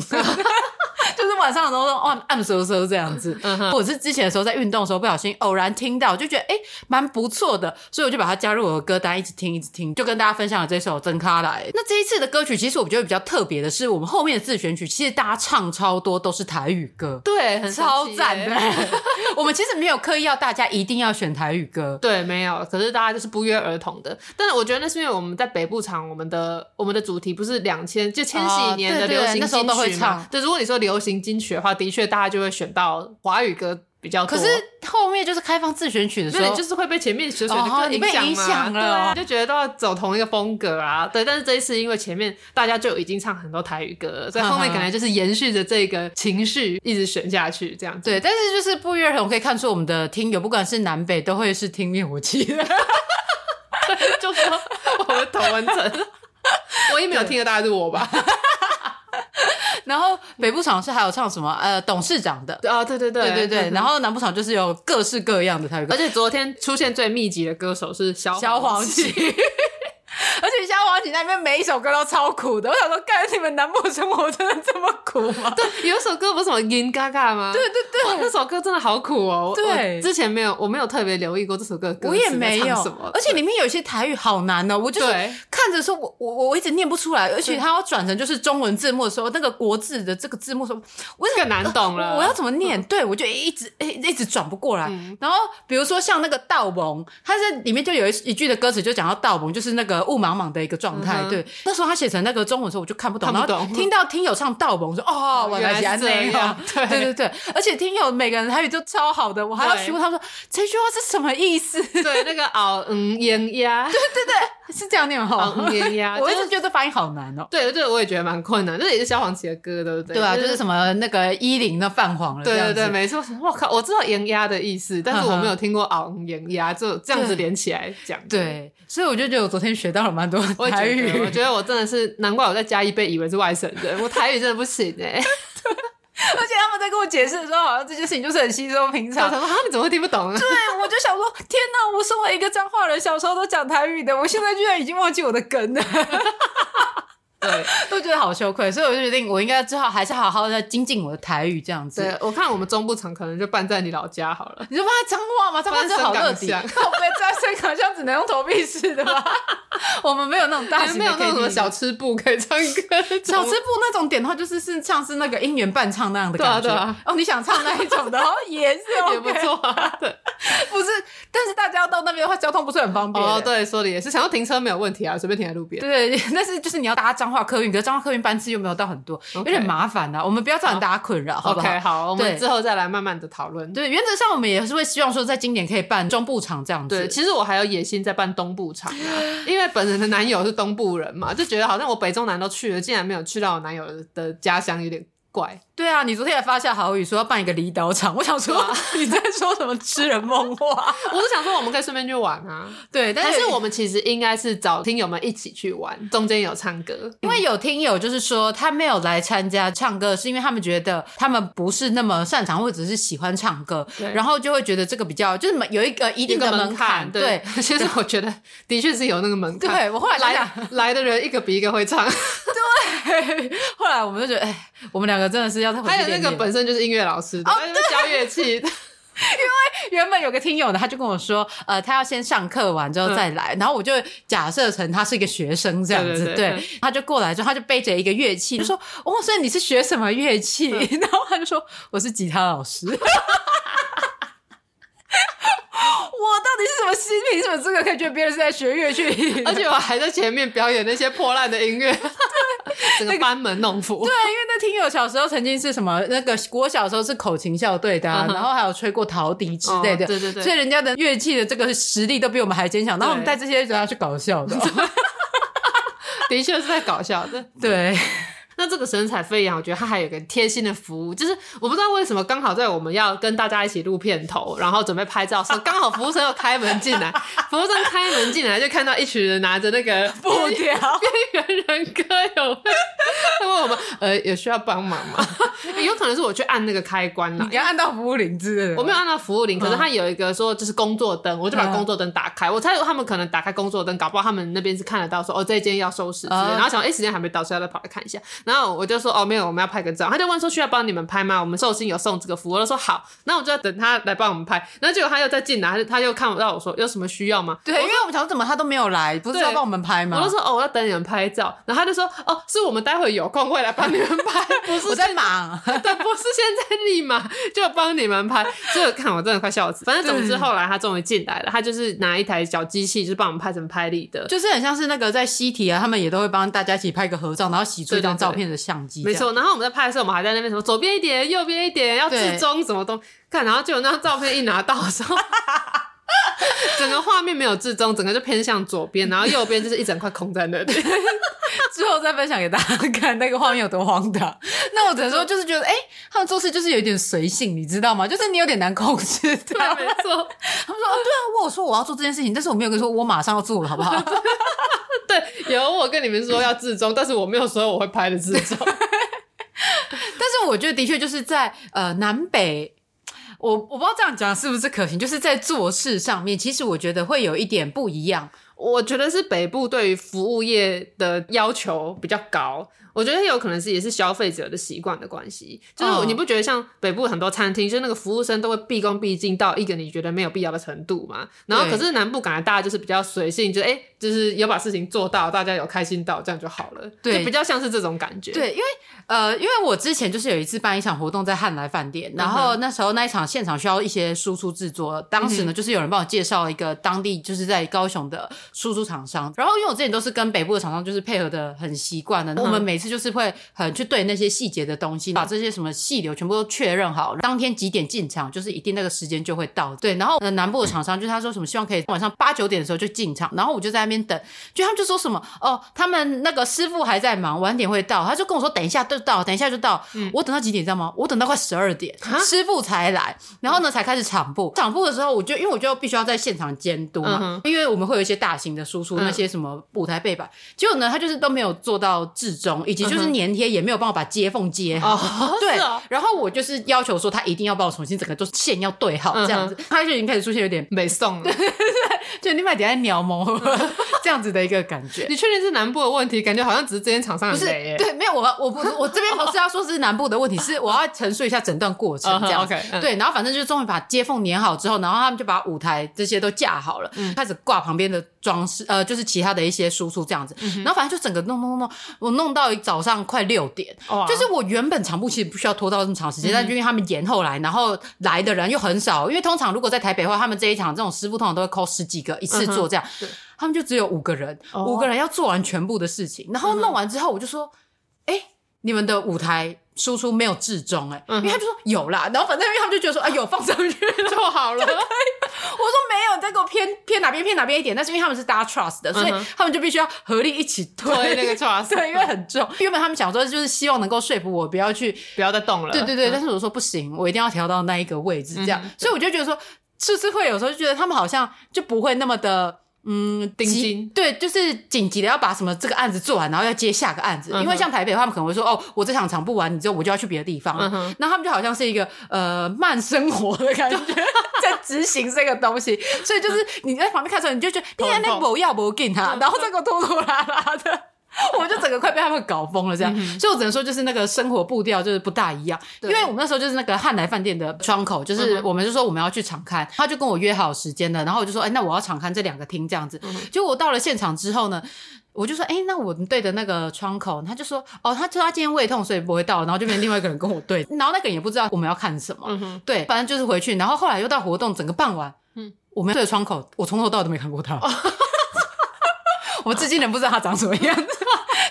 就是晚上的时候哦暗飕飕这样子，嗯哼我是之前的时候在运动的时候不小心偶然听到，就觉得哎蛮、不错的，所以我就把它加入我的歌单，一直听一直听，就跟大家分享了这首《真卡来》。那这一次的歌曲，其实我觉得比较特别的是，我们后面的自选曲，其实大家唱超多都是台语歌， 对，很神奇超耶赞的。 我们其实没有刻意要大家一定要选台语歌，对，没有。可是大家就是不约而同的，但是我觉得那是因为我们在北部场，我们的我们的主题不是两千就千禧年哦对的对流行金曲嘛、那时候都会唱对，如果你说流行金曲的话，的确大家就会选到华语歌比较可多。是后面就是开放自选曲的时那候，你就是会被前面选选的哦歌你被响嘛，影响了对啊，就觉得都要走同一个风格啊。对，但是这一次因为前面大家就已经唱很多台语歌了，所以后面感觉就是延续着这个情绪一直选下去这样子。对，但是就是不约而同可以看出我们的听友，不管是南北，都会是听灭火器的。 就说我们同文层， 我也没有听的大概是我吧。然后北部场是还有唱什么呃董事长的，啊，对对对对对对，然后。后南部场就是有各式各样的台语歌而，且昨天出现最密集的歌手是萧萧煌奇，奇。 而且萧煌奇那边每一首歌都超苦的，我想说，干你们南部生活真的这么苦吗？对 有一首歌不是什么《音嘎嘎》吗？对对哇，那首歌真的好苦哦。我对我之前没有，我没有特别留意过这首歌的歌我词也在没有唱什么，，而且里面有一些台语好难哦，我就是对看着说我，我我我一直念不出来，而且对它要转成就是中文字幕的时候，那个国字的这个字幕说，我呃更难懂了。嗯我我要怎么念？对我就一直一一直转不过来。然后比如说像那个道盟，它是里面就有一一句的歌词就讲到道盟，就是那个雾茫茫的一个状态。嗯哼对，那时候他写成那个中文的时候，我就看不懂。看不懂然后听到听友唱道盟，我说哦，我原来是那这样对对 对对，而且听友每个人台语都超好的，我还要对询问他们说这句话是什么意思？ 对那个熬嗯烟鸭，是这样念熬哈？嗯烟鸭，我一就直是觉得发音好难哦。对对，我也觉得蛮困难。这也是萧煌奇的歌，对不对？对啊，就是什么那个衣领那泛黄了，对这样对子嗯对，没错。我靠，我知道“盐鸭”的意思，但是我没有听过“熬盐鸭”，就这样对子连起来讲。对，所以我就觉得我昨天学到了蛮多我也台觉语得，。我觉得我真的是难怪我在嘉义被以为是外省 人，我台语真的不行哎、欸。而且他们在跟我解释的时候，好像这件事情就是很稀松平我常想。说啊，你怎么会听不懂呢？对，我就想说，天哪！我身为一个彰化人，小时候都讲台语的，我现在居然已经忘记我的根了，对都觉得好羞愧。所以我就决定，我应该之后还是好好的精进我的台语，这样子。对，我看我们中部场可能就办在你老家好了。你就放在彰化嘛，彰化真的好乐迪。放在深港 那我们在深港乡只能用投币式的吧？我们没有那种大还型 没的有那种什么 KTV 小吃部可以唱歌，小吃部那种点的话，就是是像是那个姻缘伴唱那样的感觉。对啊对啊 哦，你想唱那一种的，哦，也是 OK 也不错啊。对，不是，但是大家要到那边的话，交通不是很方便。哦，对，说的也是，想要停车没有问题啊，随便停在路边。对， 但是就是你要搭彰化客运，可是彰化客运班次又没有到很多，有点麻烦啊呐、我们不要造成大家困啊扰，好不好 OK，好，我对们之后再来慢慢的讨论。对，原则上我们也是会希望说，在今年可以办中部场这样子。对，其实我还有野心在办东部场啊， 因为本人的男友是东部人嘛，就觉得好像我北中南都去了，竟然没有去到我男友的家乡，有点怪。对啊，你昨天也发下豪语说要办一个离岛场，我想说、啊 你在说什么痴人梦 话？我是想说，我们可以顺便去玩啊， 对，但但是是我我们其实应该是找听友们一起去玩，中间有唱歌，因为有听友就是说他没有来参加唱歌，是因为他们觉得他们不是那么擅长，或者是喜欢唱歌，对然后就会觉得这个比较就是门有一个一定的有个门槛，对， 其实我觉得的确是有那个门 槛。对我后来想想来来的人一个比一个会唱， 后来我们就觉得，哎， 我们两个真的是要他还有那个本身就是音乐老师哦的，他就是教乐器的，原本有个听友呢，他就跟我说，呃，他要先上课完之后再来，然后我就假设成他是一个学生这样子，嗯对对对嗯他就过来之后，他就背着一个乐器，就说，哦，所以你是学什么乐器？嗯 然后他就说，我是吉他老师。我 到底是什么心理？什么资格可以觉得别人是在学乐器？ 而且我还在前面表演那些破烂的音 乐，整个班门弄斧。对，啊因为那听友小时候曾经是什么那个国小时候是口琴校队的、啊嗯，哼然后还有吹过陶笛之类的，哦对对对所以人家的乐器的这个实力都比我们还坚强。然后我们对带这些人家去搞笑 的哦、的确是在搞笑的。对，那这个神采飞扬，我觉得它还有一个贴心的服务，就是我不知道为什么刚好在我们要跟大家一起录片头，然后准备 拍照的时候，刚好服务生又开门进来，服务生开门进来就看到一群人拿着那个 不边条。边缘人歌友会，他问我们呃有需要帮忙 吗？有可能是我去按那个开关啦你。要按到服务铃之类的，我没有按到服务铃，可是他有一个说就是工作灯，我就把啊嗯工作灯打开。我猜他们可能打开工作灯，搞不好他们那边是看得到说哦这一间要收拾之类的哦然后想哎、诶时间还没到，所以要再跑来看一下。然后我就说哦没有，我们要拍个照。他就问说需要帮你们拍吗？我们寿星有送这个服务，我就说好，那我就要等他来帮我们拍。然后结果他又再进来，他就他又看不到我说有什么需要吗？对，因为我们想说怎么他都没有来，不是对要帮我们拍吗？我就说哦，我要等你们拍照，然后他就说哦，是我们待会有空会来帮你们拍， 不是我在忙， 对，不是现在立马就帮你们拍，这个看我真的快笑死。反正总之后来他终于进来了，他就是拿一台小机器，就是帮我们拍成拍立得。就是很像是那个在西体啊，他们也都会帮大家一起拍个合照，然后洗出一张对对对照片的相机，没。错，然后我们在拍的时候，我们还在那边什么左边一点，右边一点，要对至中什么东看，然后结果那张照片一拿到的时候， 整个画面没有至中，整个就偏向左边，然后右边就是一整块空在那里。 之后再分享给大家看那个画面有多荒唐。那我只能说，就是觉得，哎、他们做事就是有一点随性，你知道吗？就是你有点难控制对，他们。没错。他们说，哦，对啊，我有说我要做这件事情，但是我没有跟你说我马上要做了，好不好？对，有我跟你们说要至中，但是我没有说我会拍的至中。但是我觉得的确就是在呃南北，我我不知道这样讲是不是可行，就是在做事上面，其实我觉得会有一点不一样。我觉得是北部对于服务业的要求比较高，我觉得有可能是也是消费者的习惯的关系。就是嗯你不觉得像北部很多餐厅，就是那个服务生都会毕恭毕敬到一个你觉得没有必要的程度嘛？然后对可是南部感觉大家就是比较随性，就哎、诶就是有把事情做到，大家有开心到，这样就好了。对就比较像是这种感觉。，对，因为呃，因为我之前就是有一次办一场活动在汉来饭店，然后那时候那一场现场需要一些输出制作，当时呢就是有人帮我介绍一个当地就是在高雄的输出厂商，然后因为我之前都是跟北部的厂商就是配合的很习惯的，我们每次就是会很去对那些细节的东西，把这些什么细流全部都确认好，当天几点进场就是一定那个时间就会到。对，然后呃南部的厂商就是他说什么希望可以晚上八九点的时候就进场，然后我就在那边等，就他们就说什么哦，他们那个师傅还在忙，晚点会到。他就跟我说等一下就到，等一下就到。嗯我等到几点你知道吗？我等到快十二点，师傅才来，然后呢才开始哦场布。场布的时候，我就因为我就必须要在现场监督嘛，嗯因为我们会有一些大型的输出，嗯那些什么舞台背板，结果呢他就是都没有做到至中，以及就是嗯哼粘贴也没有帮我把接缝接好。 哦，对是哦，然后我就是要求说，他一定要帮我重新整个都线要对好，嗯哼这样子，他就已经开始出现有点，北宋了。就你买点在鸟毛 这样子的一个感觉。你确定是南部的问题？感觉好像只是这间厂商不很是雷耶。对，没有我我不我这边不是要说是南部的问题， 是我要陈述一下整段过程嗯哼这样子。 ，OK，嗯对，嗯然后反正就终于把接缝粘好之后，然后他们就把舞台这些都架好了，开始挂旁边的装饰，呃，就是其他的一些输出这样嗯子。然后反正就整个弄弄弄弄，我弄到早上快六点，哇就是我原本场部其实不需要拖到这么长嗯时间，但就因为他们延后来，然后来的人又很少，因为通常如果在台北的话，他们这一场这种师傅通常都会扣十几个一次做这样，嗯对他们就只有五个人，哦嗯五个人要做完全部的事情，然后弄完之后我就说，哎、你们的舞台。输出没有至终哎、嗯因为他就说有啦，然后反正因为他们就觉得说啊有放上去， 做好了，我说没有，你再给我偏偏哪边偏哪边一点。但是因为他们是搭 trust 的，所以嗯哼他们就必须要合力一起推推 那个 trust 对，因为很重。原本他们想说就是希望能够说服我不要去，不要再动了。对对对。但是我说不行，我一定要调到那一个位置，这样。嗯所以我就觉得说，是不是会有时候就觉得他们好像就不会那么的。嗯，盯急紧对，就是紧急的要把什么这个案子做完，然后要接下个案子。嗯哼因为像台北，他们可能会说，哦，我这场场不完，你之后我就要去别的地方了嗯哼那他们就好像是一个呃慢生活的感觉，在执行这个东西， 所以就是你在旁边看的时候，你就觉 得头天啊很，那痛不要不给他，然后这个拖拖拉拉 的。我就整个快被他们搞疯了，这样，所以我只能说就是那个生活步调就是不大一样，因对为我们那时候就是那个汉来饭店的窗口，就是我们就说我们要去场刊，他就跟我约好时间了，然后我就说，哎、那我要场刊这两个厅这样子，结果我到了现场之后呢，我就说，哎、那我们对的那个窗口，他就说，哦，他说他今天胃痛，所以不会到，然后就变另外一个人跟我对，嗯然后那个人也不知道我们要看什么，对，反正就是回去，然后后来又到活动，整个傍晚，嗯，我们对的窗口，我从头到尾都没看过哦他， 我至今仍不知道他长什么 样子。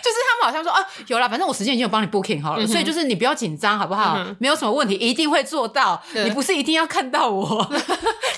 就是他们好像说啊，有啦，反正我时间已经有帮你 booking 好了，所以就是你不要紧张，好不好？嗯嗯哼没有什么问题，一定会做到。对你不是一定要看到 我，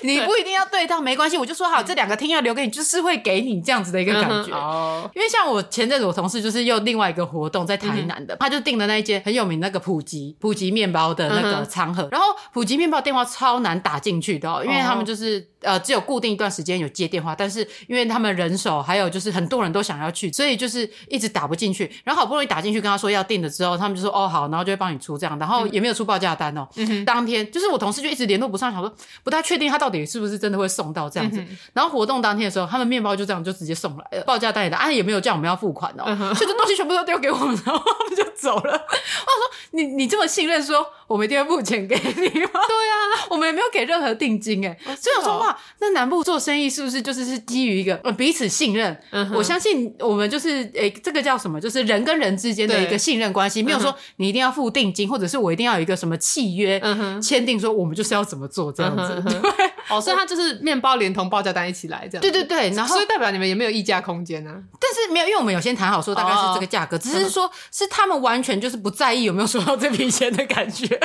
你不一定要对到，没关系，我就说好，这两个厅要留给你，就是会给你这样子的一个感觉。嗯嗯哼哦，因为像我前阵子我同事就是又另外一个活动在台南的，嗯他就订了那一间很有名那个普吉普吉面包的那嗯个哼餐盒，然后普吉面包电话超难打进去的、哦，因为他们就是、呃只有固定一段时间有接电话，但是因为他们人手还有就是很多人都想要去，所以就是一直打不进去，然后好不容易打进去跟他说要订的之后，他们就说哦好，然后就会帮你出这样，然后也没有出报价单哦，当天就是我同事就一直联络不上，想说不太确定他到底是不是真的会送到这样子，然后活动当天的时候，他们面包就这样就直接送来了，报价单也拿，啊也没有叫我们要付款哦，所以这东西全部都丢给我们，然后他们就走了。我说你你这么信任说，我们一定会付钱给你吗？对啊， 我们也没有给任何定金哎、所以我是说哦哇，那南部做生意是不是就是是基于一个、呃、彼此信任？嗯哼我相信我们就是诶、这个叫什么？就是人跟人之间的一个对信任关系，没有说你一定要付定金，或者是我一定要有一个什么契约嗯哼签订，说我们就是要怎么做这样子。嗯哼嗯对哦，所以它就是面包连同报价单一起来这 样。对对对，然后所以代表你们也没有议价空间啊。但是没有，因为我们有先谈好说大概是哦这个价格，只嗯是说是他们完全就是不在意有没有收到这笔钱的感觉。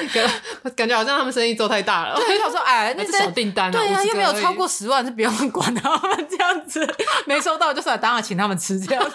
感感觉好像他们生意做太大了。 对，想说哎，那这这小订单啊对啊， 50又没有个而已超过十万，就不用管他们这样 子，没收到就算了，当然请他们吃这样子。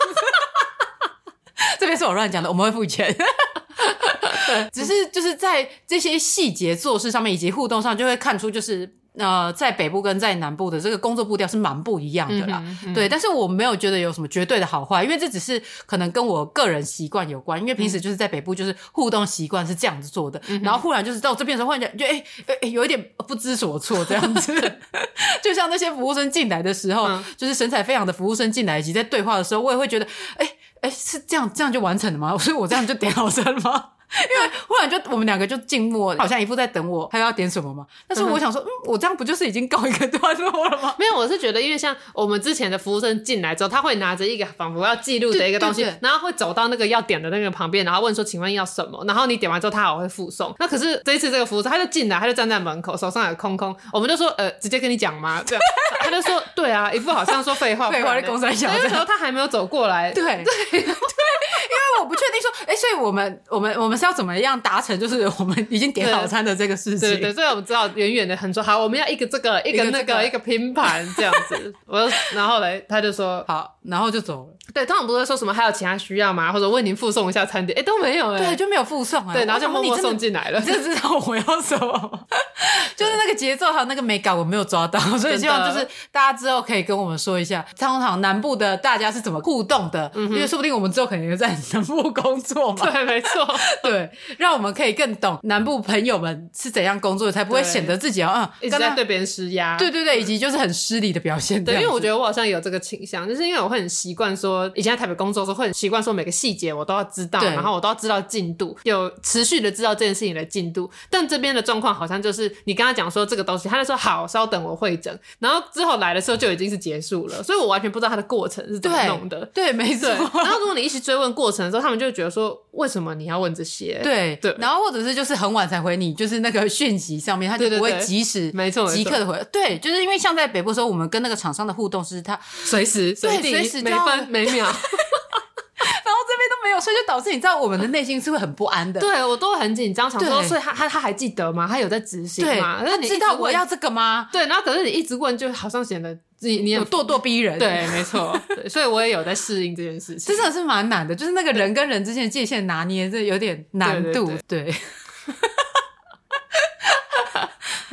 这边是我乱讲的，我们会付钱。 只是就是在这些细节做事上面以及互动上，就会看出就是。呃，在北部跟在南部的这个工作步调是蛮不一样的啦，嗯对。但是我没有觉得有什么绝对的好坏，因为这只是可能跟我个人习惯有关。因为平嗯时就是在北部就是互动习惯是这样子做的，然后忽然就是到这边的时候，忽然就就哎、哎哎有一点不知所措这样子。 就像那些服务生进来的时候，嗯就是神采飞扬的服务生进来以及在对话的时候，我也会觉得，哎、哎、是这样这样就完成了吗？ 所以我这样就点好声吗？ 因为忽然就我们两个就静默，好像一副在等我，还要点什么嘛。但是我想说，嗯，我这样不就是已经告一个段落了吗？没有，我是觉得，因为像我们之前的服务生进来之后，他会拿着一个仿佛要记录的一个东西对对对，然后会走到那个要点的那个旁边，然后问说：“请问要什么？”然后你点完之后，他还会附送。那可是这一次这个服务生，他就进来，他就站在门口，手上有空空，我们就说：“呃，直接跟你讲吗？”这样，他就说：“对啊，一副好像说废话，废话在公公山小那这个样时候他还没有走过来，对对对，因为我不确定说，哎、所以我们我们我们是要怎么样达成，就是我们已经点好餐的这个事情？对对，所以我们知道远远的很说好，我们要一个这个，一个这个那个个，一个拼盘这样子。我就然后嘞，他就说，好，然后就走了，对，通常不是会说什么还有其他需要吗？或者为您附送一下餐点，哎，都没有哎，对，就没有附送、啊。对，然后就默默我想说送你真的进来了你。真的知道我要什么 吗？就是那个节奏还有那个美感，我没有抓到，所以希望就是大家之后嗯可以跟我们说一下，通常南部的大家是怎么互动的，因为说不定我们之后可能也在南部务工作嘛。 对，没错，对，让我们可以更懂南部朋友们是怎样工作，才不会对显得自己啊，嗯一直刚在刚对别人施压。对对对，以及就是很失礼的表现。嗯对，因为我觉得得我好像有这个倾向，就是因为我会很习惯说，以前在台北工作的时候会很习惯说每个细节我都要知道，对然后我都要知道进度，有持续的知道这件事情的进度。但这边的状况好像就是你跟他讲说这个东西，他就说好，稍等我会诊，然后之后来的时候就已经是结束了，所以我完全不知道他的过程是怎么对弄的。对，没错 对，。然后如果你一起追问过程的时候，他们就会觉得说，为什么你要问这些？对对然后或者是就是很晚才回你，就是那个讯息上面他就对对不会对及时。没错，没错即刻的回，对，就是因为像在北部的时候，我们跟那个厂商的互动是他，随时随地对随时就每要分每秒，然后这边都没有，所以就导致你知道我们的内心是会很不安的。 对我都会很紧张，想说，对所以他他他还记得吗？他有在执行对，吗？他那你一直知道我问要这个吗？对，然后可是你一直问，就好像显得自己你有很咄咄逼人，， 对，没错， 对所以我也有在适应这件事情这。真的是蛮难的，就是那个人跟人之间的界限拿捏，这有点难度，对。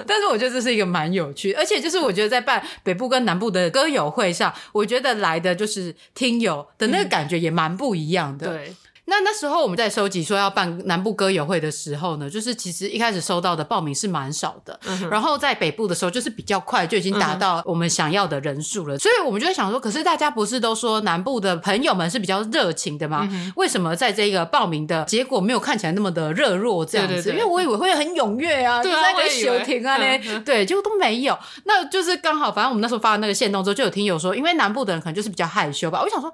但是我觉得这是一个蛮有趣，而且就是我觉得在办北部跟南部的歌友会上，我觉得来的就是听友的那个感觉也蛮不一样的。对，那那时候我们在收集说要办南部歌友会的时候呢，就是其实一开始收到的报名是蛮少的，嗯然后在北部的时候就是比较快就已经达到我们想要的人数了，所以我们就在想说，可是大家不是都说南部的朋友们是比较热情的嗯吗？为什么在这个报名的结果没有看起来那么的热络这样子？对对因对为我以为会很踊跃啊，对啊就在我跟也以为休庭啊嘞，嗯对，结果都没有。那就是刚好，反正我们那时候发的那个线动之后，就有听友说，因为南部的人可能就是比较害羞吧。我想说，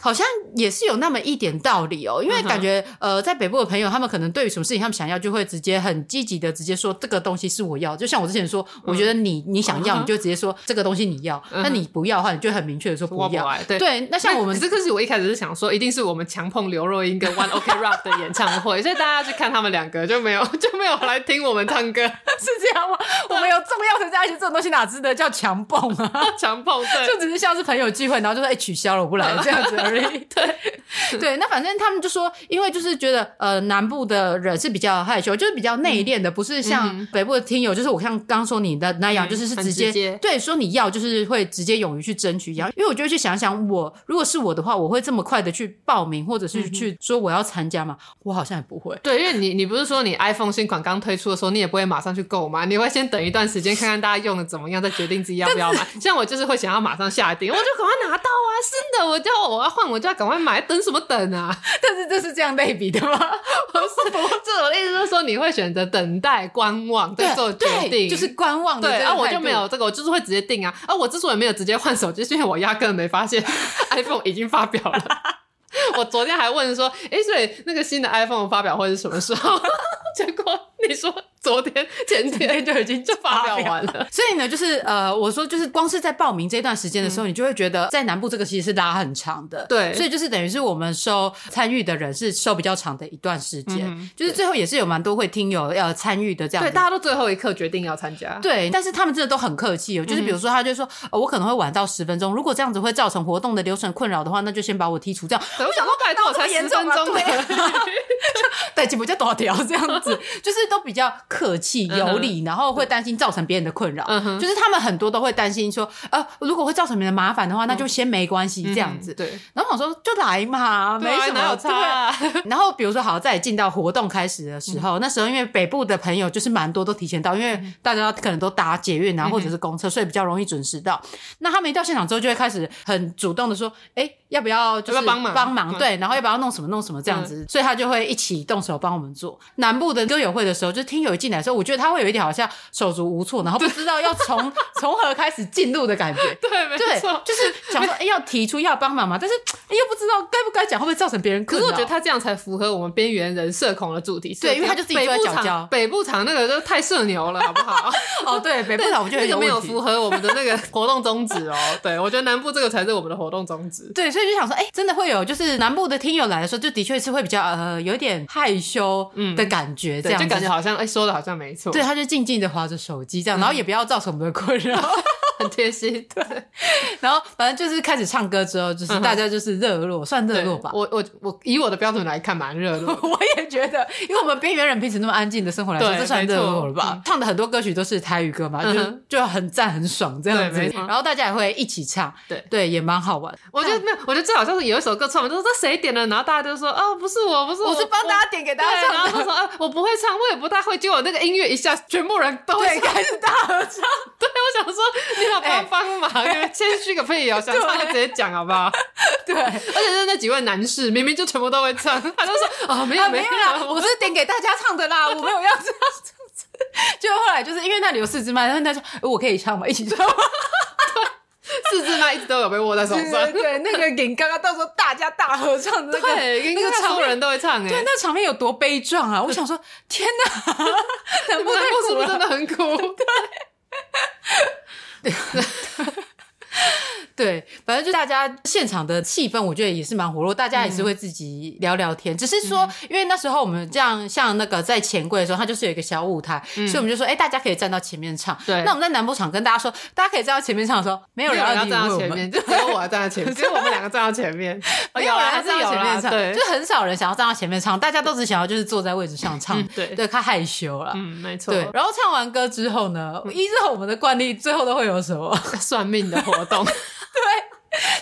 好像也是有那么一点道理哦，因为感觉、呃，在北部的朋友，他们可能对于什么事情他们想要，就会直接很积极的直接说这个东西是我要。就像我之前说，我觉得你你想要，嗯哼你就直接说这个东西你要；嗯哼那你不要的话，你就很明确的说不我不要。来。对。对，那像我 们这个是我一开始是想说，一定是我们强碰刘若英跟 One OK Rock 的演唱会，所以大家去看他们两个就没有就没有来听我们唱歌， 是这样吗？我们有重要的在一起，这种东西哪值得叫强蹦啊？强碰对 就只是像是朋友聚会，然后就说哎、取消了，我不来 了这样子而已。 对对，那反正他们就说，因为就是觉得呃南部的人是比较害羞，就是比较内敛的，不是像北部的听友，就是我像刚说你的那样，嗯就是是很直直接接对说你要，就是会直接勇于去争取一样。因为我就会去想想我，如果是我的话，我会这么快的去报名，或者嗯是去说我要参加吗？我好像也不会。 对，因为你你不是说你 iPhone 新款刚推出的时候，你也不会马上去购买，你会先等一段时间看看大家用的怎么样，再决定自己要不要买。像我就是会想要马上下定，我就赶快拿到啊！是的，我就我要换，我就要赶快买，等什么等啊？ 但是这是这样类比的吗？不是，这我的意思是说，你会选择等待、观望，再做决定，对，就是。观望的哦对，这个啊，我态就度没有这个，我就是会直接定啊。啊，我之所以没有直接换手机，是因为我压根没发现 iPhone 已经发表了。我昨天还问说，诶，所以那个新的 iPhone 发表会是什么时候？ 结果你说昨天、前天就已经就发表完了。所以呢，就是呃，我说就是光是在报名这段时间的时候，你就会觉得在南部这个其实是拉很长的，嗯对所以就是等于是我们收参与的人是收比较长的一段时间，嗯就是最后也是有蛮多会听友要参与的这样对，子。大家都最后一刻决定要参加。对，但是他们真的都很客气哦，嗯就是比如说，他就说、呃我可能会晚到十分钟，如果这样子会造成活动的流程困扰的话，那就先把我剔除掉。对，我想说，拜托，我才这么十严分重啊吗钟而已 对，几不叫多条这样 子，就是都比较客气有礼，然后会担心造成别人的困扰，嗯哼就是他们很多都会担心说，呃，如果会造成别人的麻烦的话，那就先没关系这样子。 嗯对，然后我说就来嘛，没对啊什哪么有差啊？对然后比如说，好，在进到活动开始的时嗯候，那时候因为北部的朋友就是蛮多都提前到，因为大家可能都搭捷运啊嗯或者是公车，所以比较容易准时到。那他们一到现场之后，就会开始很主动的说，哎，要不要就是要不要帮忙帮忙嗯对，然后要不要弄什么弄什么这样子，所以他就会一起动手帮我们做。南部的歌友会的时候，就听友一进来的时候，我觉得他会有一点好像手足无措，然后不知道要 从从何开始进入的感觉。对，没对错，，就是想说、哎要提出要帮忙嘛，但是哎又不知道该不该讲，会不会造成别人可困是扰？我觉得他这样才符合我们边缘人社恐的主题。对因为他就自己北坐在部角场角北部场那个都太社牛了，好 不好？哦， 对，北部对岛我觉得那个没有问题符合我们的那个 活动宗旨哦。对，我觉得南部这个才是我们的活动宗旨。对，所以就想说，哎、真的会有，就是南部的听友来的时候，就的确是会比较呃，有点害羞的感觉，这嗯对，样子、就感觉好像哎、说的好像没错。嗯对，他就静静的划着手机这样，然后也不要造成我们的困扰。 很贴心。对，然后反正就是开始唱歌之后，就是嗯哼大家就是热络，算热络吧。我我我以我的标准来看，蛮热络的。 我也觉得，因为我们边缘人平时那么安静的生活来说，对这算热络了吧没？唱的很多歌曲都是台语歌嘛，嗯就哼就很赞很爽这样子对没，错然后大家也会一起唱，对对，也蛮好玩。我觉得没有，我觉得最好笑是有一首歌唱完，就是这谁点的，然后大家就说哦，不是我，不是我，我是帮大家点给大家对，然唱后的就。说啊，我不会唱，我也不大会，结果那个音乐一下，全部人都会对，唱。开始大合唱。对，哎我想说你好哎帮帮 忙，你们谦虚个屁 哦，想唱就直接讲好不好？对，而且是那几位男士，明明就全部都会唱，他就说 啊、没有啊没有啦，我是点给大家唱的 啦，我没有要这样子。就后来就是因为那里有四支麦，然后他说、呃我可以唱吗？一起唱吗？四字麦一直都有被握在手对 对上，对，那个给刚刚到时候大家大合唱的那 个对，那应个该场所有面人都会唱哎、对，那场面有多悲壮啊！我想说，天哪，南你部太们南部是苦不是了真。的很苦？对，反正就大家现场的气氛，我觉得也是蛮活络，大家也是会自己聊聊嗯天。只是说，因为那时候我们这样，像那个在钱柜的时候，它就是有一个小舞台，所以我们就说，哎、大家可以站到前面唱。嗯对那我们在南部场跟大家说，大家可以站到前面唱的时候，没有没人有人要理站会到我前们面，就只有我要站到前 面，只有我们两个站到前面。没有人啊，还是站到有前人面唱，对就，很少人想要站到前面唱，大家都只想要就是坐在位置上唱，嗯对对，他害羞了。嗯，没错，嗯对，然后唱完歌之后呢，依照我们的惯例，最后都会有什么？ 算命的活 动，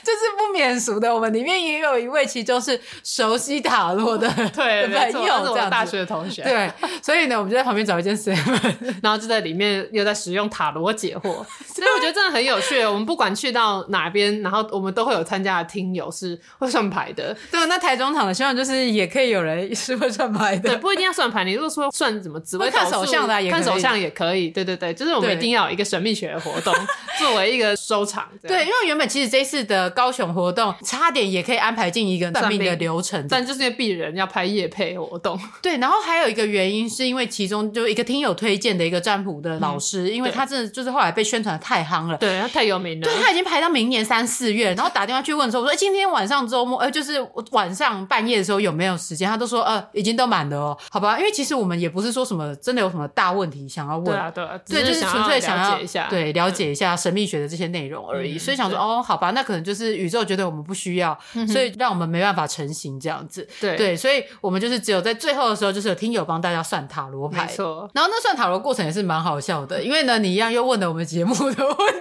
就是不免俗的。我们里面也有一位，其实就是熟悉塔罗的 对，没朋错，那是友，我这的大样子。学同学，对，所以呢，我们就在旁边找一间 seven， 然后就在里面又在使用塔罗解惑，所以我觉得真的很有趣。我们不管去到哪边，然后我们都会有参加的听友是会算牌的，对，那台中场的希望就是也可以有人是会串牌对，的，不一定要算牌。你如果说算什么紫微看斗数手相的啊也看可以手相也可以。对对对，就是我们对一定要有一个神秘学的 活动作为一个收场。这样对，，因为原本其实这一次的高雄活动差点也可以安排进一个算命的流程，但就是因为鄙人要拍夜配 活动，对，然后还有一个原因是因为其中就一个听友推荐的一个占卜的老嗯师，因为他真的就是后来被宣传的太夯了，对，他太有名了对。他已经排到明年三四月，然后打电话去问说，我说、哎今天晚上周末，呃，就是晚上半夜的时候有没有时间？他都说，呃，已经都满了哦，好吧，因为其实我们也不是说什么真的有什么大问题想要问，对啊，对啊，对，只就是纯粹想要要了解一下。对，了解一下神秘学的这些内容而已。嗯所以想说，对嗯哦，好吧，那可能就是宇宙觉得我们不需要，所以让我们没办法成型这样子。对对，所以我们就是只有在最后的时候，就是有听友帮大家算塔罗牌没。错，然后那算塔罗过程也是蛮好笑的，因为呢，你一样又问了我们节目的问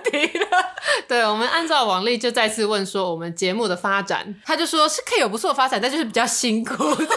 题了。对我们按照往例就再次问说我们节目的 发展，他就说是可以有不错的发展，但就是比较辛苦。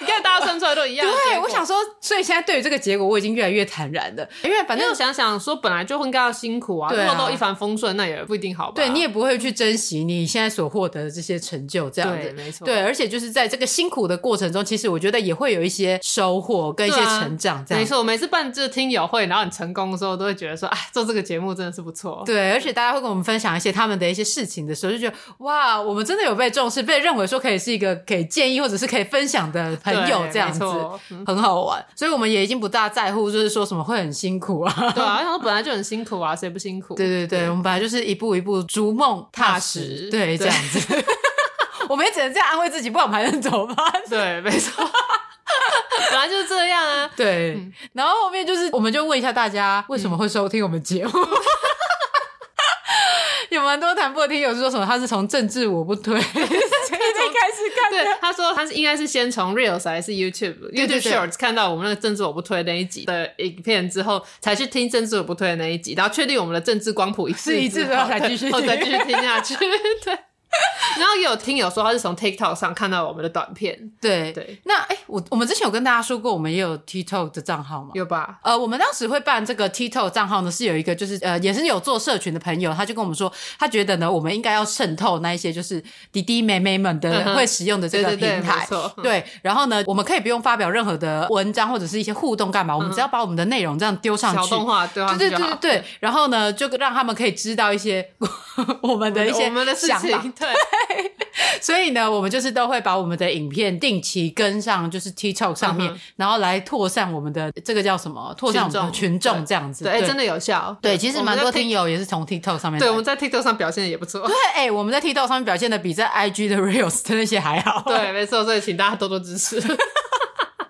你看大家算出来都一样的结对，果。我想说，所以现在对于这个结果，我已经越来越坦然了，因为反因为正我想想说，本来就应该要辛苦啊，对啊如果都一帆风顺，那也不一定好吧。对你也不会去珍惜你现在所获得的这些成就，这样对，子。没错，对，而啊且就是在这个辛苦的过程中，其实我觉得也会有一些收获跟一些对啊成长，这样没子。错，我每次办这听友会，然后你成功的时候，都会觉得说，哎，做这个节目真的是不错。对，而且大家会跟我们分享一些他们的一些事情的时候，就觉得哇，我们真的有被重视，被认为说可以是一个可以建议或者是可以分享的朋友对这样子没，错嗯很好玩。所以我们也已经不大在乎，就是说什么会很辛苦啊。 对啊，然后本来就很辛苦啊，谁不辛苦？对对对，我们本来就是一步一步逐梦踏实，踏实对，这 对样子。我们也只能这样安慰自己，不然我们还能怎么办？对，没错， 本来就是这样啊。 对，嗯然后后面就是，我们就问一下大家为什么会收听我们节目。 有蛮多谈破听友是说什么，他是从政治我不 推，所以才开始看 对，他说他是应该是先从 Reels 还是 YouTube 对对 YouTube Shorts 看到我们那个政治我不推那一集的影片之后，才去听政治我不推的那一集，然后确定我们的政治光谱一致是一致之后才继续后听才继续听下去。 对，然后也有听友说他是从 TikTok 上看到我们的短片，对对那哎、我我们之前有跟大家说过，我们也有 TikTok 的账号嘛？有吧？呃，我们当时会办这个 TikTok 账号呢，是有一个就是呃，也是有做社群的朋友，他就跟我们说，他觉得呢，我们应该要渗透那一些就是弟弟妹妹们嗯的哼会使用的这对个对对，平没台。错，嗯对，然后呢，我们可以不用发表任何的文章或者是一些互动干嘛，我们只要把我们的内容这样丢上嗯小去。动画对对上对对去就对好。对，然后呢，就让他们可以知道一些 我们的一些我们的事想法情，对，所以呢，我们就是都会把我们的影片定期跟上，就是 TikTok 上面，嗯哼然后来拓散我们的这个叫什么？拓散我们的群群众众这样子。对，哎真的有效。对，其实我们蛮在多 Tik- 听友也是从 TikTok 上面来对，的。我们在 TikTok 上表现的也不 错。对，哎、我们在 TikTok 上面表现的比在 IG 的 Reels 的那些还好。对，没错，所以请大家多多支持。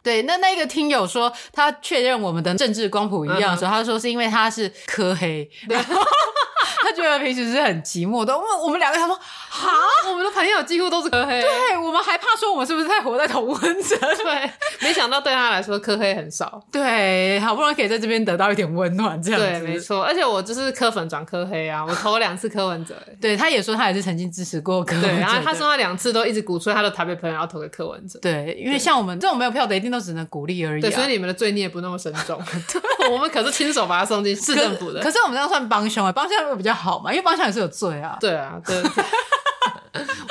对，那那个听友说，他嗯 确认我们的政治光谱一样的时候，他说是因为他是科黑，然后他他觉得平时是很寂寞的。我们我们两个，他说哈，我们的朋友几乎都是科黑，啊对啊我们还怕说我们是不是太活在同温层？对，没想到对他来说科黑很少。对，好不容易可以在这边得到一点温暖，这样对，子。没错，而且我就是科粉转科 黑啊，我投了两次柯文哲、欸对，他也说他也是曾经支持过柯文哲的。对，然后他说他两次都一直鼓吹他的台北朋友要投给柯文哲。对，因为像我们这种没有票的，一定都只能鼓励而已、啊。对，所以你们的罪孽不那么深重。 我们可是亲手把他送进市政 府的。可是我们这样算帮凶啊，帮凶会比较好嘛，因为帮凶也是有罪啊。对啊，对。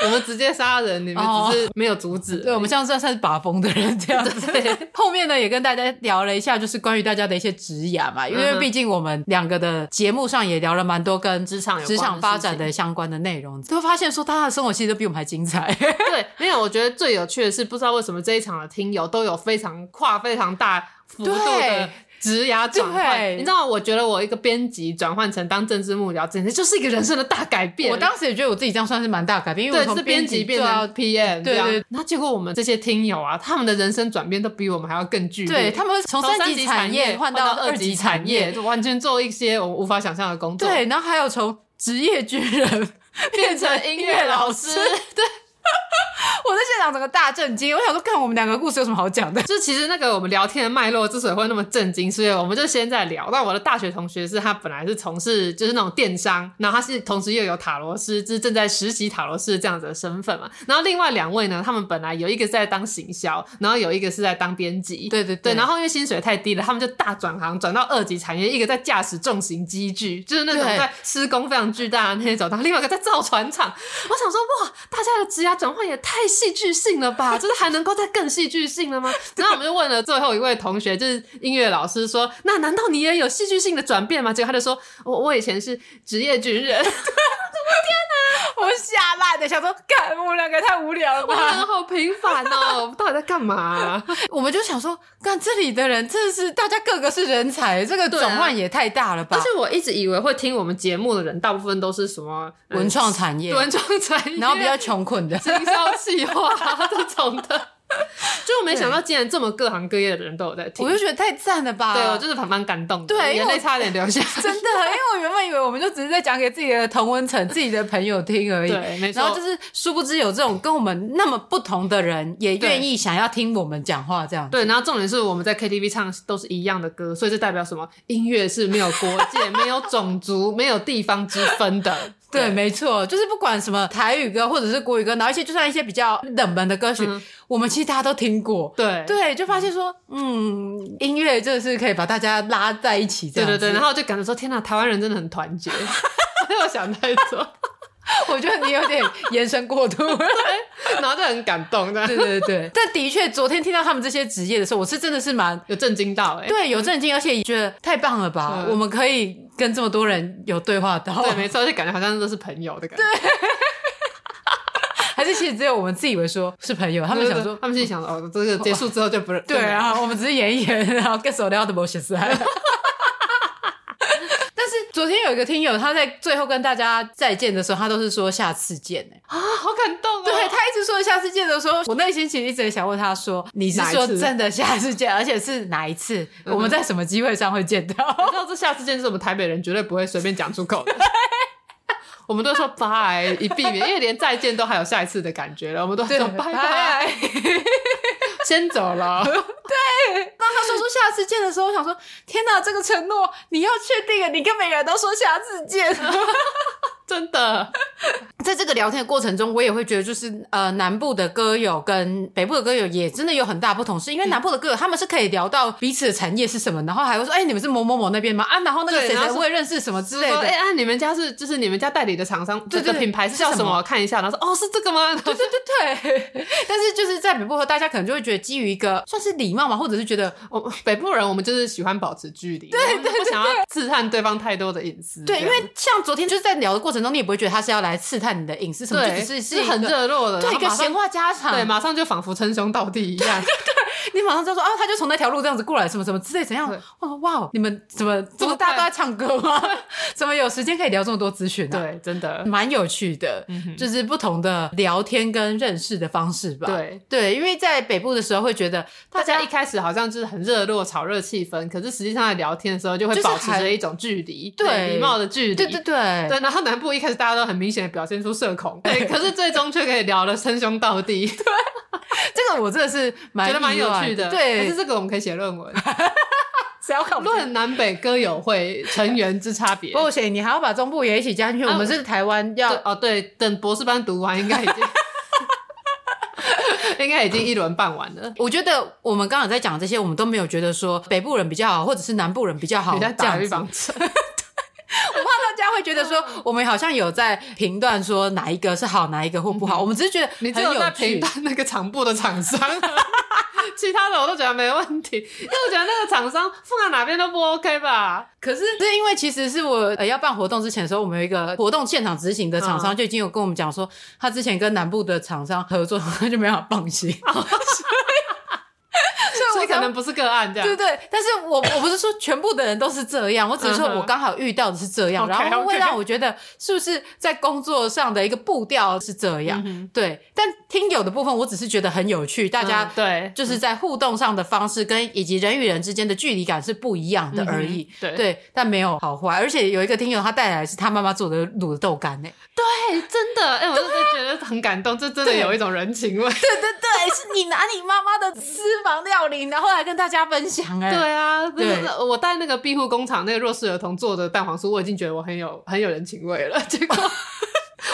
我们直接杀人，你们只是没有阻止而已。对，我们像算算是把风的人这样 子。后面呢，也跟大家聊了一下，就是关于大家的一些职涯嘛，因嗯为哼毕竟我们两个的节目上也聊了蛮多跟职场有职场关的发事展情的相关的内容，都会发现说大家的生活其实都比我们还精彩。 对，没有，我觉得最有趣的是，不知道为什么这一场的听友都有非常跨非常大幅度对的职涯转换。对你知道，我觉得我一个编辑转换成当政治幕僚，简直就是一个人生的大改变。我当时也觉得我自己这样算是蛮大改变，因为我对，从是编编辑变做到成 PM，对这样对。那结果我们这些听友啊，他们的人生转变都比我们还要更剧对烈。他们会从从三级产业换到到二级产产业，就完全做一些我无法想象的工作，对，，然后还有从职业军人。变成音乐老师 我在现场整个大震惊，我想说，看我们两个故事有什么好讲的？就其实那个我们聊天的脉络之所以会那么震惊，所以我们就先在聊。那我的大学同学是他本来是从事就是那种电商，然后他是同时又有塔罗师，就是正在实习塔罗师这样子的身份嘛。然后另外两位呢，他们本来有一个是在当行销，然后有一个是在当编辑。对对对对，然后因为薪水太低了，他们就大转行，转到二级产业，一个在驾驶重型机具，就是那种对在施工非常巨大的那种，然后另外一个在造船厂。我想说，哇，大家的职涯转换也太戏剧性了吧？就是还能够再更戏剧性 了吗？然后我们就问了最后一位同学，就是音乐老师说，那难道你也有戏剧性的转变吗？结果他就说，我我以前是职业军 人，我吓烂的，想说，干我们两个也太无聊了我吧？人好平凡哦，到底在干嘛啊、 我们就想说，干这里的人真的是大家个个是人才，这个对啊转换也太大了吧 而？且我一直以为会听我们节目的人，大部分都是什么、呃文创产业，文创产业，然后比较穷困的，经销企划、啊这种的。 就我没想到，竟然这么各行各业的人都有在听我。就觉得太赞了吧？对，我就是蛮蛮感动的，对因为眼我泪差点流下来。 真的，因为我原本以为我们就只是在讲给自己的同温层、自己的朋友听而已。对没错然后就是殊不知有这种跟我们那么不同的人，也愿意想要听我们讲话这样。对，然后重点是我们在 KTV 唱都是一样的歌，所以这代表什么？音乐是没有国界、没有种族、没有地方之分的。 对，没错，就是不管什么台语歌或者是国语歌，然后一些就算一些比较冷门的歌曲，嗯我们其实大家都听过。对对，就发现说，嗯，音乐就是可以把大家拉在一起这对样对子。对，然后就感觉说，天哪，台湾人真的很团结。 没有想太多， 我觉得你有点延伸过度。然后就很感动的，对对对，但的确，昨天听到他们这些职业的时候，我是真的是蛮有震惊到哎、欸。对，有震惊，而且也觉得太棒了吧！嗯我们可以跟这么多人有对话到，对，没错，就感觉好像都是朋友的感觉。 还是其实只有我们自以为说是朋友，他们对想对说他们心里想说，哦，这个结束之后就不认。对，啊，我们只是演一演，然后跟手聊的某些事。 但是昨天有一个听友，他在最后跟大家再见的时候，他都是说下次见欸啊，好感动哦。对他一直说下次见的时候，我内心其实一直很想问他说，你是哪一说次嗯真的下次见，而且是哪一次？我们在什么机会上会见到？ 你知道这下次见是我们台北人绝对不会随便讲出 口的。我们都说拜，以避免，因为连再见都还有下一次的感觉了。我们都 说拜拜，。啊先走了。当他说出下次见的时候，我想说：天哪，这个承诺你要确定啊！你跟每个人都说下次见。 真的，在这个聊天的过程中，我也会觉得，就是呃，南部的歌友跟北部的歌友也真的有很大不同，是因为南部的歌友他们是可以聊到彼此的产业是什么，然后还会说：哎、你们是某某某那边吗？啊，然后那个对谁然谁后说我也认识什么之就类是说，的。哎、啊，你们家是就是你们家代理的厂商，对这对个品牌是叫是什什么么？看一下，然后说哦，是这个吗？ 对对对，对， 但是就是在北部和大家可能就会觉得基于一个算是礼貌嘛，或者是觉得我北部人我们就是喜欢保持距离，对对对，不想要刺探对方太多的隐私。对，因这为样像昨天就是在聊的过程中，你也不会觉得他是要来刺探看你的隐私什么，就对，只是是一很个热络的，对一然后个马上闲话家常，对，马上就仿佛称兄道弟一样，你马上就说啊，他就从那条路这样子过来，什么什么之类，怎样对？哇哇，你们怎么这这么么大家都快在唱歌吗？ 怎么有时间可以聊这么多资讯呢、，啊 对，嗯真的，蛮有趣的，就是不同的聊天跟认识的方式吧。对。对，因为在北部的时候会觉得大大家家一开始好像就是很热络、炒热气氛，可是实际上在聊天的时候就会就是保持还着一种距离，对礼貌的距离，对对对对，然后南部一开始大家都很明显的表现出社恐，对，可是最终却可以聊得称兄道弟，觉这个我真的是 蛮得蛮有意外趣的。哎对可是，这个我们可以写论文，只要考论南北歌友会成员之差 别。不行，你还要把中部也一起加进去。啊我们是台湾对要哦，对，等博士班读完，应该 已经应该已经一轮半完了。我觉得我们刚刚在讲这些，我们都没有觉得说北部人比较好，或者是南部人比较好，比较这打样预子。防针，我怕大家会觉得嗯说，我们好像有在评断说哪一个是好，哪一个或不好。我们只是觉得嗯你只很有在有评趣。断那个厂部的厂商， 其他的我都觉得没问题，因为我觉得那个厂商放在哪边都不 OK 吧。可是是因为其实是我呃要办活动之前的时候，我们有一个活动现场执行的嗯厂商就已经有跟我们讲说，他之前跟南部的厂商合作，他就没办法放 心。所以可能不是个案这样对。对，但是我我不是说全部的人都是这样，我只是说嗯哼我刚好遇到的是这样， OK，然后会 OK 让我觉得是不是在工作上的一个步调是这样。对，但听友的部分，我只是觉得很有趣，大家嗯对就是在互动上的方式跟以及人与人之间的距离感是不一样的而已。嗯对对，但没有好坏，而且有一个听友他带来的是他妈妈做的卤豆干呢、哎，真的，哎、我真的觉得很感动，这真的啊对有一种人情味。 对对对，是你拿你妈妈的私房料理，然后来跟大家分享哎、对啊，不对是我带那个庇护工厂那个弱势儿童做的蛋黄酥，我已经觉得我很有很有人情味了，结果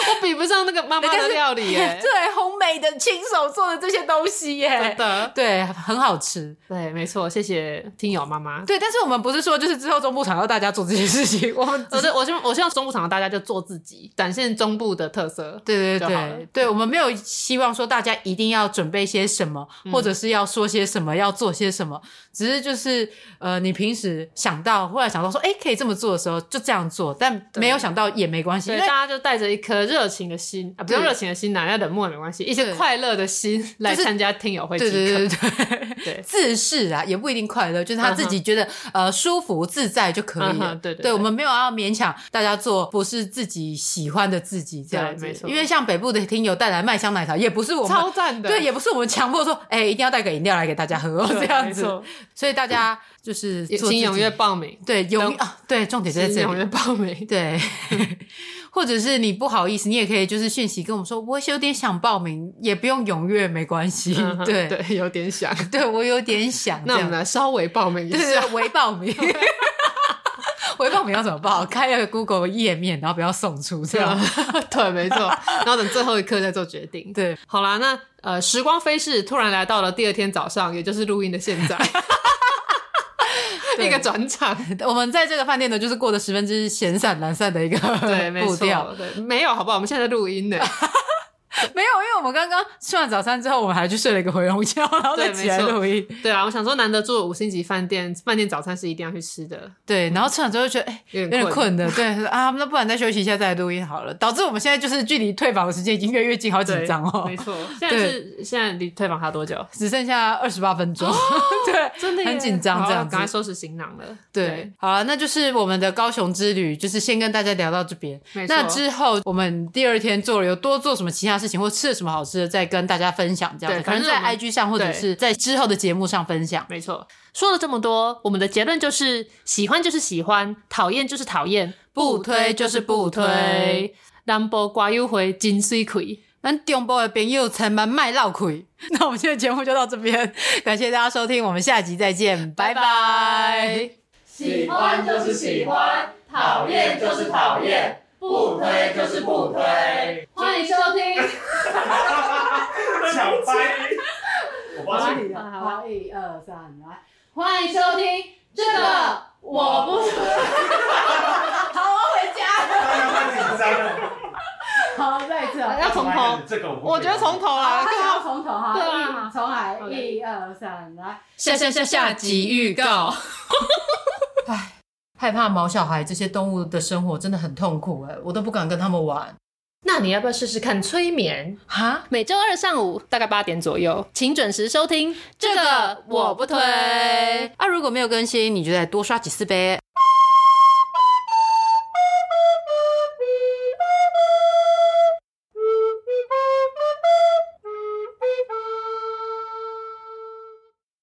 我比不上那个妈妈人家的是料理耶、 对，红美的亲手做的这些东西耶、真的。对，很好吃。对，没错，谢谢听友妈妈。对，但是我们不是说就是之后中部场要大家做这些事情， 我们我的我希望我希望中部场的大家就做自己，展现中部的特色。对对就好了对对，我们没有希望说大家一定要准备些什么，或嗯者是要说些什么，要做些什么，只是就是呃，你平时想到忽然想到说，哎，可以这么做的时候就这样做，但没有想到也没关系，所因以为大家就带着一颗热情的心啊，不用对热情的心呐、要冷漠也没关系，一对些快乐的心来就是参加听友会即对可。对对对对。对 自视啊，也不一定快乐，就是他自己觉得、呃舒服自在就可以嗯了。哼对对对我们没有要勉强大家做不是自己喜欢的自己这样子，对没错因为像北部的听友带来麦香奶茶，也不是我们超赞的，对，也不是我们强迫说，哎、一定要带个饮料来给大家喝哦 对这样没子错。所以大家就是也做自请己踊跃报名。对踊等啊，对，重点就在请这踊里。跃报名。对， 或者是你不好意思，你也可以就是讯息跟我们说，我有点想报名，也不用踊跃，没关系。嗯哼对，对，有点想。对我有点想这那我样们。来稍微报名一对下。对，微报名。微报名要怎么报？开那个 Google 页面，然后不要送出这样。对，没错。然后等最后一刻再做决定。对，好啦，那呃，时光飞逝，突然来到了第二天早上，也就是录音的现在， 对一个转场。我们在这个饭店呢，就是过得十分之闲散懒散的一个 对，没步调错。。对，没有，好不好？我们现在在 录音呢。没有，因为我们刚刚吃完早餐之后，我们还去睡了一个回笼觉，然后再对起来没错录音。对啊，我想说，难得住五星级饭店，饭店早餐是一定要去吃的。对，然后吃完之后就觉得哎、有有点点困困的，对啊，那不然再休息一下再来录音好了。导致我们现在就是距离退房的时间已经越来越近，好紧对张哦 没，错。现在是现在离退房还有多久？只剩下二十八分钟，对，真的耶很紧张好这样子赶快收拾行囊了。对，，好了，那就是我们的高雄之旅，就是先跟大家聊到这边。没错那之后我们第二天做了有多做什么其他事情，或吃了什么好吃的，再跟大家分享这样子。对可能反正在我们 IG 上，或者对是在之后的节目上分享。没错。说了这么多，我们的结论就是：喜欢就是喜欢，讨厌就是讨厌，不推就是不推。南波瓜优回金水葵，咱中波的朋友千万卖绕开。 那我们今天的节目就到这边， 感谢大家收听，我们下集再见，拜拜。喜欢就是喜欢，讨厌就是讨厌，不推就是不推。欢迎收听。 抢拍，我抱歉。好，一二三，来，欢迎收听这个我不，好，我回家了。刚刚太紧张了，好，再一次哦，要从头，这个我不我觉得从头啊啦，他更想要好。从头哈，对啊一重来， OK 一二三，来。下下下下集预 告。唉，害怕毛小孩这些动物的生活真的很痛苦哎、我都不敢跟他们玩。那你要不要试试看催眠？哈，每周二上午大概八点左右，请准时收听。啊，如果没有更新，你就再多刷几次呗。